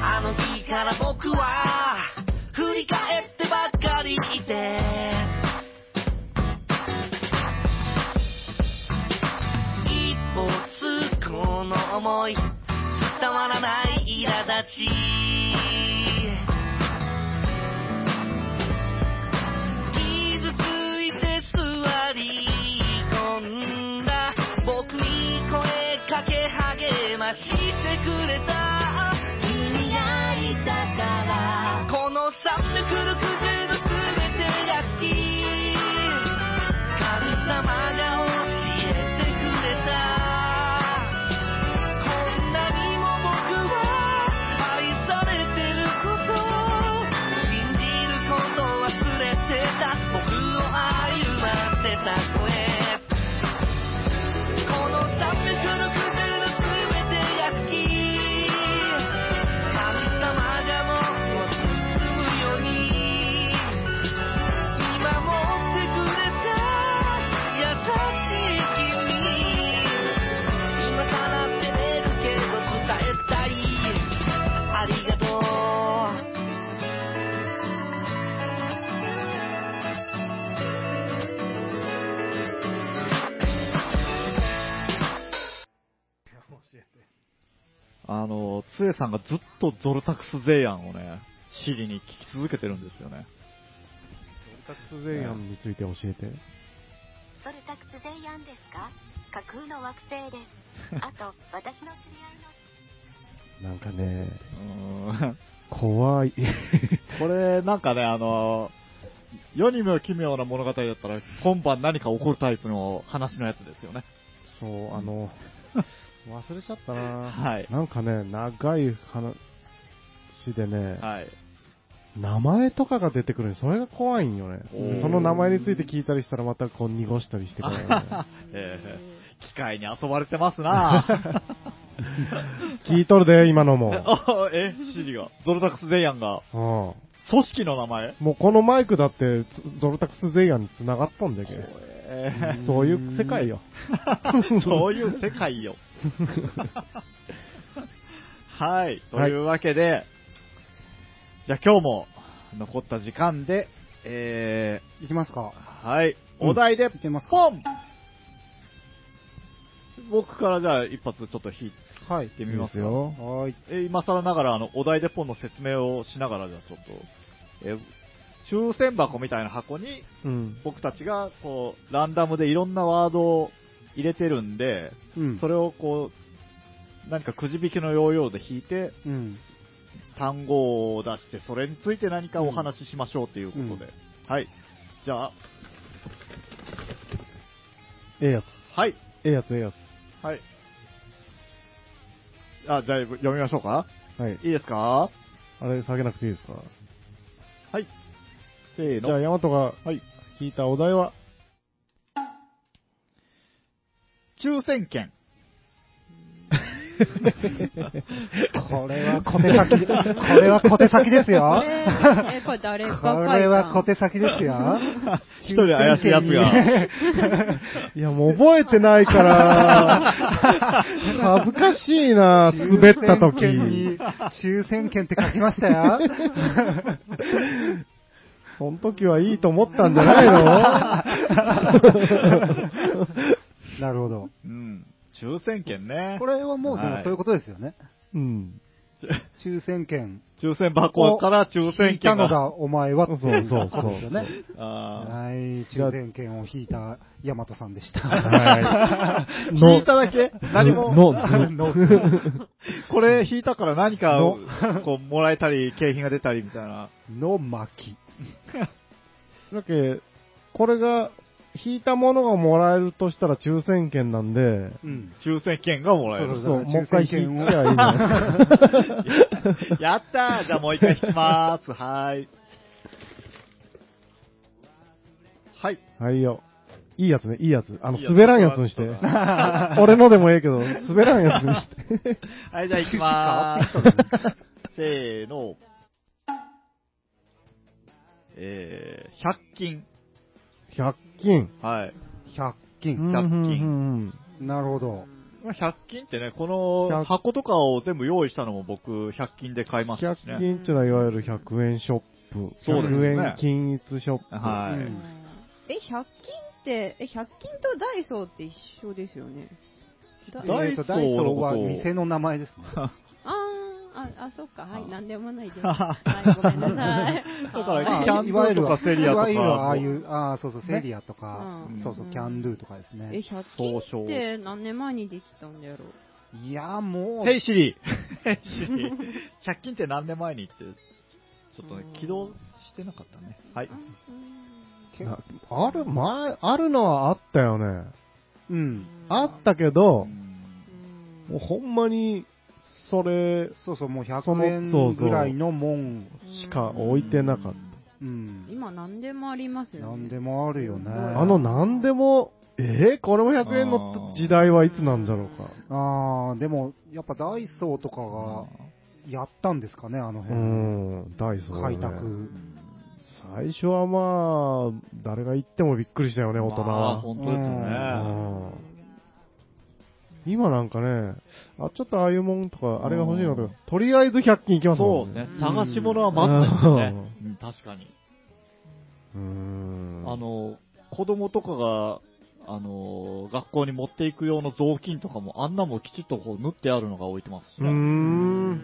あの日から僕は振り返ってばっかりいて一歩つこの思い伝わらない苛立ち傷ついて座り込んだ僕に声かけ励ましてくれた君がいたからこの360度全てが好き神様が教えてくれた
あの、つえさんがずっとゾルタクスゼイアンをね、シリに聞き続けてるんですよね。
タクスゼイアンについて教えて。
ソルタクスゼイアンですか架空の惑星ですあと私の知り合いの
なんか
うー
ね、
ん
怖い。
これ、なんかね、あの、世にも奇妙な物語だったら、今晩何か起こるタイプの話のやつですよね。
そう、あの、忘れちゃったな
はい
なんかね、長い話でね、
はい。
名前とかが出てくるのそれが怖いんよね
おー。
その名前について聞いたりしたらまたこう濁したりしてくる、 ね。
えー機械に遊ばれてます な
聞いとるで、今の も。
あえ、シリが。ゾルタクスゼイアンが、
うん
組織の名前
もうこのマイクだってつゾルタクスゼイアンに繋がっとんじゃけ。
え
そういう世界よ。
ーそういう世界 よ。はい。というわけで、じゃあ今日も残った時間で、え
いきますか。
ー、はい。お題で、
いけますか。
ポン僕からじゃあ一発ちょっと引い
はい。
てみますか
いいですよ
はーい。
えー今更ながら、あの、お題でポンの説明をしながら、じゃあちょっと、えー抽選箱みたいな箱に、
うん。
僕たちが、こう、ランダムでいろんなワードを入れてるんで、
うん。
それをこう、何かくじ引きのヨーヨーで引いて、
うん。
単語を出して、それについて何かお話ししましょうということで。
うん
はい。じゃあ、
ええやつ。
はい。
ええやつ、ええや
はい。あ、じゃあ読みましょうか。
つ。はい。
いいですか
あれ、下げなくていいですか
はい。せー
じゃあ、
の。
ヤマトが
はい。
聞いたお題 は、
抽選券。
これは小手 先、これは小手先ですよ。
え、えこれ誰が書いたん
これは小手先ですよ。
一人怪しいやつが。
いや、もう覚えてない から、恥ずかしいな、滑った
抽選券に
時。
抽選券って書きまし たよ。
その時はいいと思ったんじゃない
なるほど。
うん。抽選券ね
こ。れはもう、で
は
も
い
そういうことですよね。
のうん。
抽選券。
抽選箱から抽
引
選
いた
券
の
が。
がお前はっていう
そうそうそう
ことですよね。
あ
はい、
じゃあ
抽選券を引いた大和さんでした。
はい。
ー引いただけ何も。
の、
これ引いたから何かを、こう、もらえたり、景品が出たりみたいな。
の巻。
だけこれが、引いたものがもらえるとしたら抽選券なんで、
うん。
抽選券がもらえ
そ
る
う。
そ
だか
う、
ら
もう一回
抽選
引
券を
いてはいいんじゃないですか。
やったーじゃあもう一回引きまーす。はーい。はい。
はいよ。いいやつね、いいやつ。あの、
いいやつ
滑らんやつ にして。俺のでもええけど、滑らんやつにして。
はい、じゃあ行きまーす。せーの。えー、100均。
100均。
はい。
100均。
100均
均。
なるほど。
まあ100均ってね、この
100
箱とかを全部用意したのも僕、100均で買いましたし
100
ね。
均ってのはいわゆる100円ショップ。
そうですね
100円均一ショップ。
は
う
い
ん。
え、100均って、え、100均とダイソーって一緒ですよね。だ
ダイ
えーとダイソーは
ダイソーのことを
店の名前ですね。
あーあ、あ、そっか、は
あ
い、なんでもないです。はい、ごめんなさい。
だから
は
キャンドゥとかセリアとか
いわゆるああいう、ああ、そうそう、セリアとか
うん、
そうそうう、
ん
キャンドゥとかです
え、
ね。
100均って何年前にできたんだろう。
いや、もう、
ヘイシ リヘイシリ !100 均って何年前にって、ちょっとね、起動してなかったね。はい。
うん
なある、前、あるのはあったよね。
うん。
あったけど、
うん
もうほんまに、それ
そうそう、もう
そ
100
のそう
円
そう
ぐらいのもん。
しか置いてなかっ
うん。
今何でもありますよ
な
ね。
んでもあるよね。
た。あの、なんでも、えー、これも100円の
あー
時代はいつなんじゃろうか。
ああ、でも、やっぱダイソーとかが、やったんですかね、あの
う
辺。
ん、ダイソー、
開拓。
最初はまあ、誰が行ってもびっくりしたよね、大人
まあ
は。
本当ですよね。
うん今なんかね、あ、ちょっとああいうもんとか、あれが欲しいなとか、とりあえず100均行きます
そ
も
うんですね。
うん
探し物は待ってますね。うん確かに。
うーん。
あの、子供とかが、あのー学校に持っていく用の雑巾とかも、あんなもきちっとこう縫ってあるのが置いてますし
う
ね。
ー。
うんん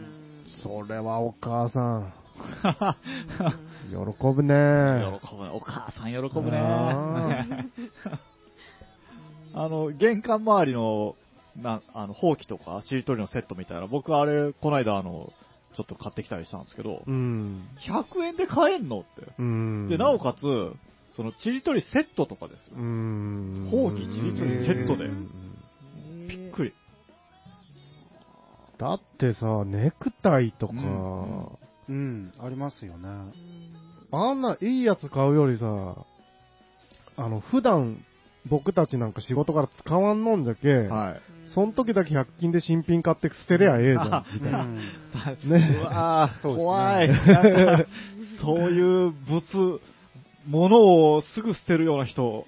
それはお母さん、
うん
喜ぶね。
喜ぶね。お母さん喜ぶね。
あ
あの、玄関周りの、なあの、ほうきとか、しりとりのセットみたいな、僕あれ、こないだあの、ちょっと買ってきたりしたんですけど、
うん。
100円で買えんのって。
うん。
で、なおかつ、その、ちりとりセットとかですよ
う。ん。
ほうき自立にセットで
うん
びっくり。
だってさ、ネクタイとか、
うん
うん、ありますよね。
あんないいやつ買うよりさ、あの、普段僕たちなんか仕事から使わんのんじゃけ、
はい。
その時だけ100均で新品買って捨てりゃええじゃん。み
う
たいな。
ん、
ね
うわー
そうですね
怖い。なんか そういう物、物をすぐ捨てるような人、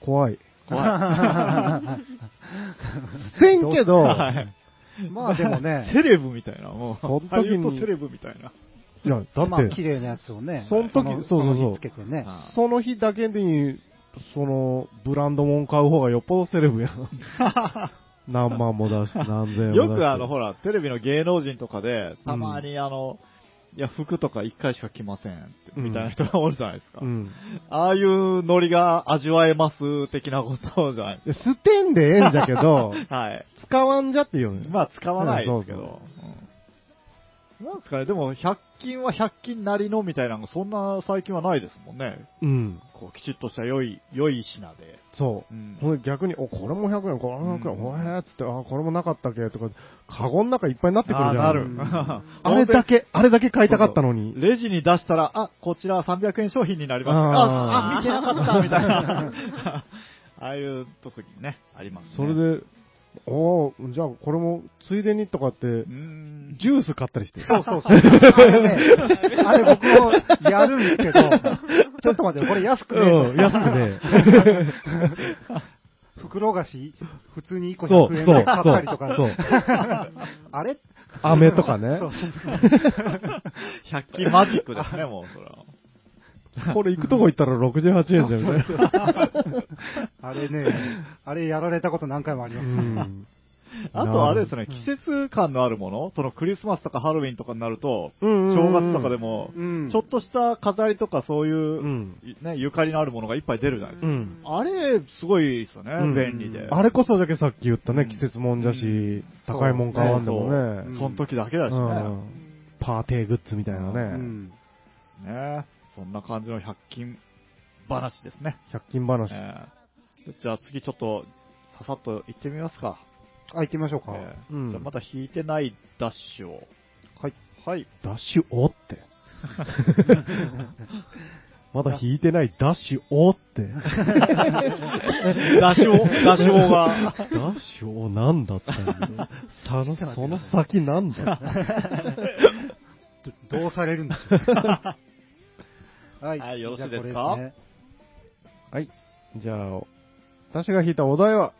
怖い。
怖い。
捨てんけど、
はい
まあでも ね、
セレブみたいな、もう。
その時に
ハリウッドセレブみたいな。
いや、だ
まあ
って
綺、麗なやつをね、
その時
の
そうそうそう
の日つけてね。
その日だけに、その、ブランドもん買う方がよっぽどセレブやん。何万も出して、何千円も出して。
よくあの、ほら、テレビの芸能人とかで、たまにあの、いや、服とか一回しか着ませんって、
うん
みたいな人がおるじゃないですか。
うん。
ああいうノリが味わえます的なことじゃない
いや捨てんでええんじゃけど、
はい。
使わんじゃって言うのよ。
まあ、使わないですけ
うんそう
ど。うんなんですかね、でも、100均は100均なりのみたいなのが、そんな最近はないですもんね。
うん。
こう、きちっとした良い、良い品で。
そうう。
ん
ほんで逆に、お、これも100円、これも100円、
うん
おへーっつって、あ、これもなかったっけとか、カゴの中いっぱいになってくるじゃ
あー
ん。
なる。
あれだけ、あれだけ買いたかったのに。
レジに出したら、あ、こちら300円商品になります。あ
あー
あ、見てなかった、みたいな。 ああいう時にね、あります、ね。
それ、で、おーじゃあこれも、ついでにとかって
うー、ん。
ジュース買ったりして。
そうそうそう。あれね、あれ僕もやるんですけど、ちょっと待って、これ安くね
うん、安くね。
袋菓子、普通に1個
そう、
100
そう
円で買っ、
そ
た
う
りとか、
そう。
あれ
飴とかね。
100均マジックですね、もう、それは。
これ行くとこ行ったら68円だよね。
あれね、あれやられたこと何回もあり
う
ます。
ん。
あと、あれですね、季節感のあるもの、そのクリスマスとかハロウィンとかになると、
うんうんうん
正月とかでも、
うん
ちょっとした飾りとかそういう、
うん。
ね、ゆかりのあるものがいっぱい出るじゃないです
う
か。
ん。
あれ、すごいですよね、
うん
便利で。
あれこそだけさっき言った
う
ね、
ん
季節もんじゃし、
うん
高いもん買わんでも
そう
ね。
その時だけだしね。
うんパーティーグッズみたいな
う
ね。
ん
ねそんな感じの100均話ですね。
100均話。
ええじゃあ次ちょっと、ささっと行ってみますか。
あ、行きましょうか。
ええ
うん
じゃあまだ引いてないダッシュを。はい。はい。
ダッシュおって。まだ引いてないダッシュおって。
ダッシュを、ダッシュをが。
ダッシュおなんだったんだその、その先なんだ
どうされるんでしょ う。は
はいよろしいですか
じゃあこれね
じゃあ、私が引いたお題は、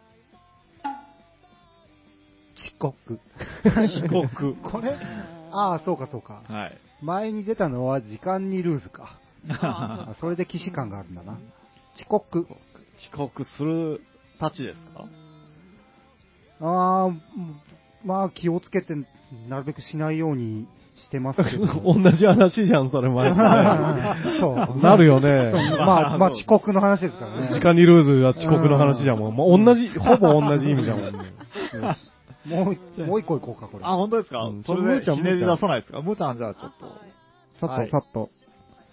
遅刻。
遅刻。
これああ、そうかそうか。
はい。
前に出たのは時間にルーズか。あそれで既視感があるんだな。遅刻。
遅刻するたちですか
ああ、まあ気をつけて、なるべくしないようにしてます けど。
同じ話じゃん、それ前。
そう。
なるよ
そう
ね。
まあ、まあ遅刻の話です からね。
時間にルーズは遅刻の話じゃんもん。もう同じ、ほぼ同じ意味じゃん もんね。
よしもう、もう一個行こうか、これ。
あ、本当ですか、
うん
そ
む
れ
ーち
で
ゃん
ひねり出さないですかむーちゃんじゃあちょっと。
さっと、さっと。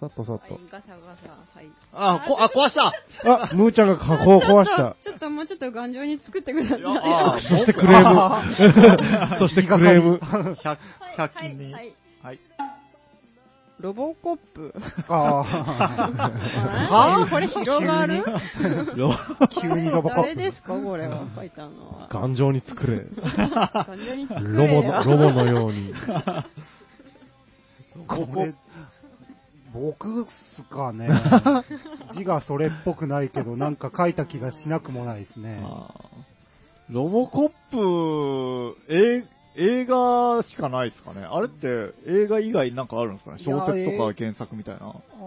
さっと、さっ
はい
と。
ガサガサ、はい。
あ、こ、あ、壊した
あ、むーちゃんが加工を壊 した。
ちょっと、ちょっともうちょっと頑丈に作ってください。
あ
そしてクレー ム。そしてクレーム。
100 100均に。
は
はいい。
ロボコップ。
あ
はこれ広がる
あ、 急にロボコ
誰
ップ。
ですかこれは書いたのは。
頑丈に作れ。
完全に作れ
ロ
よ
ボの、ロボのように。
これ、僕っすか ね。字がそれっぽくないけど、なんか書いた気がしなくもないですね。
あーロボコップ、え映画しかないですかね。あれって映画以外なんかあるんですかね
いや
小説とか原作みたいな。
あー、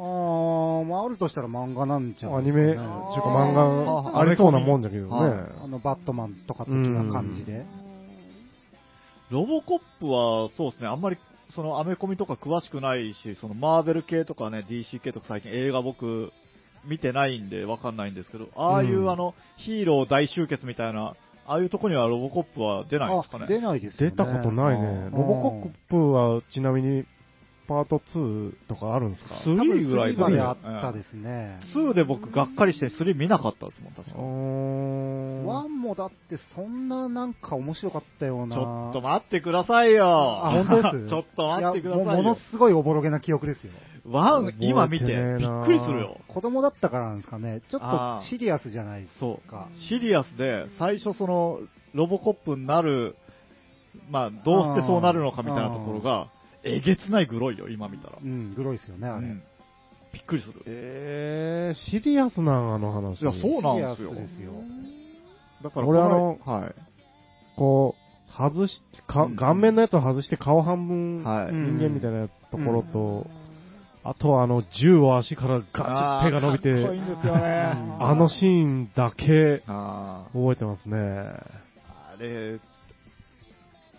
もあるとしたら漫画なんじゃな
ア
いで
ニ
す
メ、
か、
って
ね。
いうか漫
あ
画ありそうなもんだけどね。
は
あの、バットマンとか的な感じで。
ロボコップは、そうですね、あんまり、そのアメコミとか詳しくないし、そのマーベル系とかね、DC 系とか最近映画僕、見てないんでわかんないんですけど、ああいう、
うん
あの、ヒーロー大集結みたいな、ああいうとこにはロボコップは出ないんですか
あ
ね。
出ないですよ
出
ね。
たことないね。ロボコップはちなみにパート2とかあるんですか
スリ
多分
ーぐらい
スリーまであ
だ
ったですね。
2で僕がっかりして3見なかったですもん、確か。
うー
ち
ん
ワンもだってそんななんか面白かったような。
ょっと待ってくださいよ。
あ本当です
ちょっと待ってくだ
いやも
さ
うも
いよ
の。すごいおぼろげな記憶ですよ。
ワン、今見て、び
覚えてねえな
っくりするよ。
子供だったからなんですかね。ちょっ
あ
と
ー
シリアスじゃないです
そう。
か。
シリアスで、最初その、ロボコップになる、まあ、どうしてそうなるのかみたいなところが、えげつないグロいよ、今見たら。
うん、グロいですよね、あ
う
れ。
んびっくりする。
えー、シリアスなんあの話。
いや、そう
シリ
なんで
アス
すよ。
ですよ。
だから、
俺あの
こ前はい。
こう、外し、か
うん
顔面のやつを外して顔半分、
はい
人間みたいなところと、あとはあの、銃を足からガチッ手が
あーかっこい
伸び
い
て、
んですよね。
あのシーンだけ
あ
覚えてますね。
ーあれ、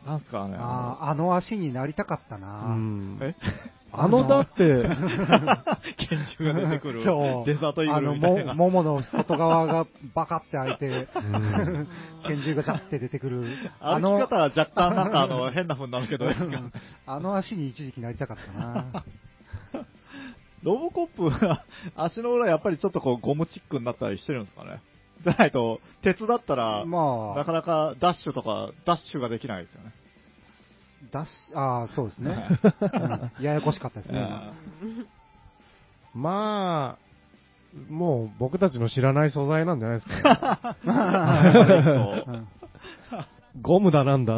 なんすかね。
ああ、あの足になりたかった
う
な。
ん
え
あの、だって、
拳銃が出て くる。
そう
デザートイー
あ
グル
の、
みたい
も
な。、
ももの外側がバカって開いて、
うん
拳銃がジャって出てくる。あ
歩き
の
方、は若干なんかあの、変な風になるけど、
あの足に一時期なりたかっ たな。
ロボコップは足の裏やっぱりちょっとこうゴムチックになったりしてるんですかね。じゃないと、鉄だったら、な
まあ、
かなかダッシュとか、ダッシュができないですよね。
だし、ああ、そ うですね。うんややこしかったですね。
あ
まあ、もう僕たちの知らない素材なんじゃないで すか、
ー
うん
ゴムだなんだ。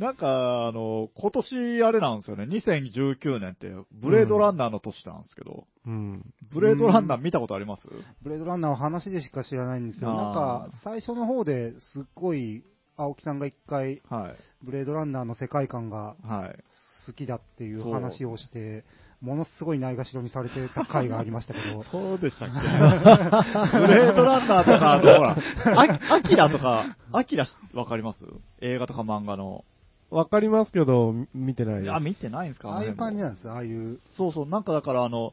なんか、あの、今年あれなんですよね、2019年って、ブレードランナーの年なんですけど、
うん。
ブレードランナー見たことあります
ブレードランナーは話でしか知らないんですよ。なん
あー
か、最初の方ですっごい、青木さんが一回、
はい。
ブレードランナーの世界観が
はい。
好きだっていう
そう、
話をして、ものすごいないがしろにされてた回がありましたけど
そうでしたっけブレードランナーとか、あの、ほら、あアキラとか、アキラわかります映画とか漫画の。
わかりますけど、み見てないです。
あ、見てないんですか
ああいう感じ
な
なんですよ、ああいう。
そうそう、なんかだからあの、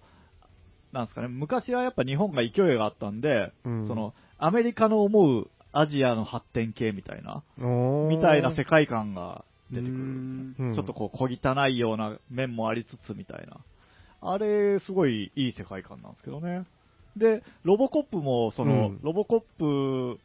なんですかね、昔はやっぱ日本が勢いがあったんで、
うん
その、アメリカの思うアジアの発展系みたいな、
おー
みたいな世界観が出てくる
うんん
ですね。
うん
ちょっとこう、小汚いような面もありつつみたいな。あれ、すごいいい世界観なんですけどね。で、ロボコップも、その、
うん
ロボコップ、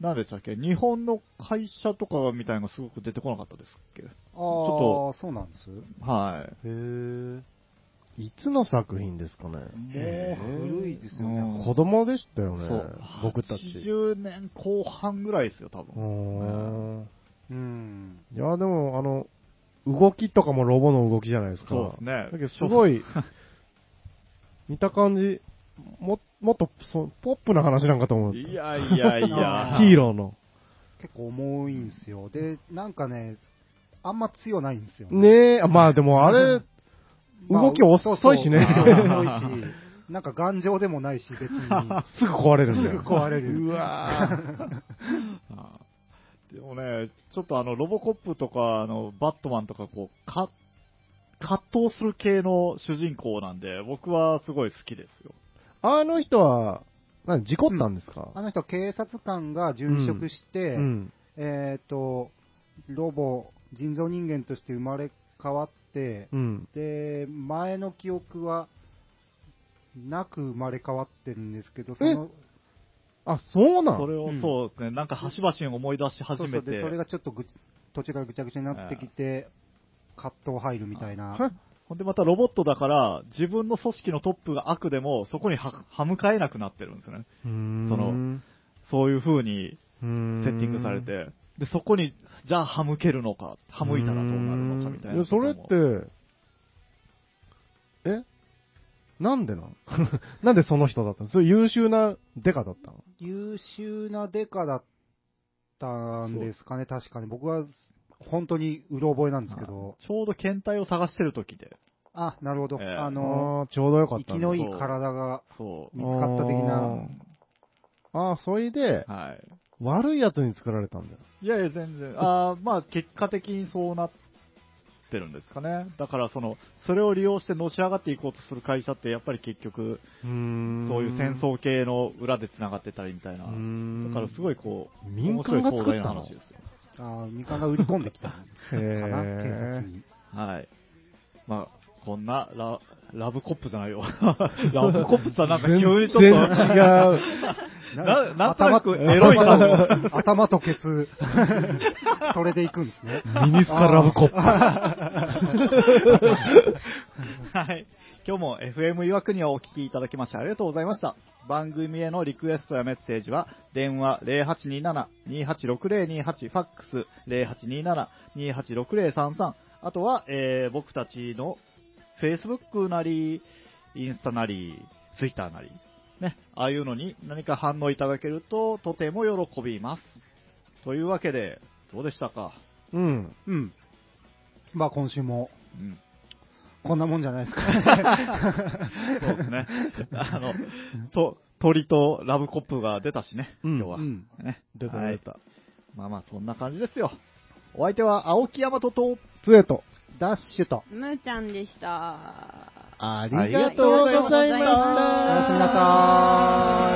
なんでしたっけ日本の会社とかみたいなのがすごく出てこなかったですっけ
ああー、そうなんです。
はい。
へえ。
いつの作品ですかね。
も
もう古いですよ
うん
ね。
子供でしたよね
そう。
僕たち。
80年後半ぐらいですよ、多
う
分。
ーん
うん。
いや、でも、あの、動きとかもロボの動きじゃないですか。
そうですね
だけど、すごい、見た感じ、も、もっと、そポップな話なんかと思う。
いやいやいや。
ヒー
ロ
ローの。
結構重いんですよ。で、なんかね、あんま強ないんですよ。
ねえ、まあでもあれ、
まあ
動き遅いしね
そうそう遅いし、なんか頑丈でもないし、別に。
すぐ壊れるん
す
だ
ぐ
よ。
壊れる。
うわ
ー。でもね、ちょっとあの、ロボコップとか、あの、バットマンとか、こう、か、葛藤する系の主人公なんで、僕はすごい好きですよ。
あの人は、何、事故ったんですか
あの人、警察官が殉職して、
うん。
えっ、と、ロボ、人造人間として生まれ変わって、
うん。
で、前の記憶は、なく生まれ変わってるんですけど、そ
え
の、
あ、そうなん
それを
うん
そうですね、なんか端々に思い出し始
そうそ
め
うで、
て
そ、れがちょっとぐち途中からぐちゃぐちゃになってきて、葛藤入るみたいな。
は
ほんでまたロボットだから、自分の組織のトップが悪でも、そこには歯向かえなくなってるんですよね。
うーん
そのそういう風に
うーん
セッティングされて、で、そこに、じゃあ、歯向けるのか、歯向いたらどうなるのかみたい
や
な。
それって、えなんでなん なんでその人だったのそれ優秀なデカだったの
優秀なデカだったんですかね、確かに。僕は、本当にうろ覚えなんですけど。
ちょうど検体を探してる時で。
あ、なるほど。
ええ
あの、
あーちょうどよかった
生
ん
き
だ。
のいい体が
そ
見つかった的な。
あーあー、それで
う。、はい。
悪いやつに作られたんだよ。
いやいや、全然。あーまあ、結果的にそうなってるんですかね。だから、その、それを利用してのし上がっていこうとする会社って、やっぱり結局、そういう戦争系の裏で繋がってたりみたいな。だ
だ
から、すごいこう、
民間が作
面白
ったの
い壮大な話ですよ。
あー、みかんが売り込んできたのかな、警察
へ
に。
はい。まあ、こんな、ラ、ラブコップじゃないよ。 ラブコップさ、なんか急
全然
にちょっと、
違う。
ななんとなくエロいな
頭と頭とケツ、 それで行くんですね。
ミニスカラブコップ。
はい。今日も FM いわくにをお聞きいただきましてありがとうございました。番組へのリクエストやメッセージは、電話0827-286028、ファックス0827-286033、あとは、えー僕たちの Facebook なり、インスタなり、Twitter なり、ね、ああいうのに何か反応いただけると、とても喜びます。というわけで、どうでしたか
うん。
うん。まあ今週も、
うん。
こんなもんじゃないですかね。
そうです ね。あの、と、鳥とラブコップが出たしね、
うん
今日は。
うん
ね。
出た
はい
出た。
まあまあ、そんな感じですよ。お相手は、青木大和と、
ツエと。
ダッシュと。
むーちゃんでした。
あ
りが
とうございました
おやすみなさーい。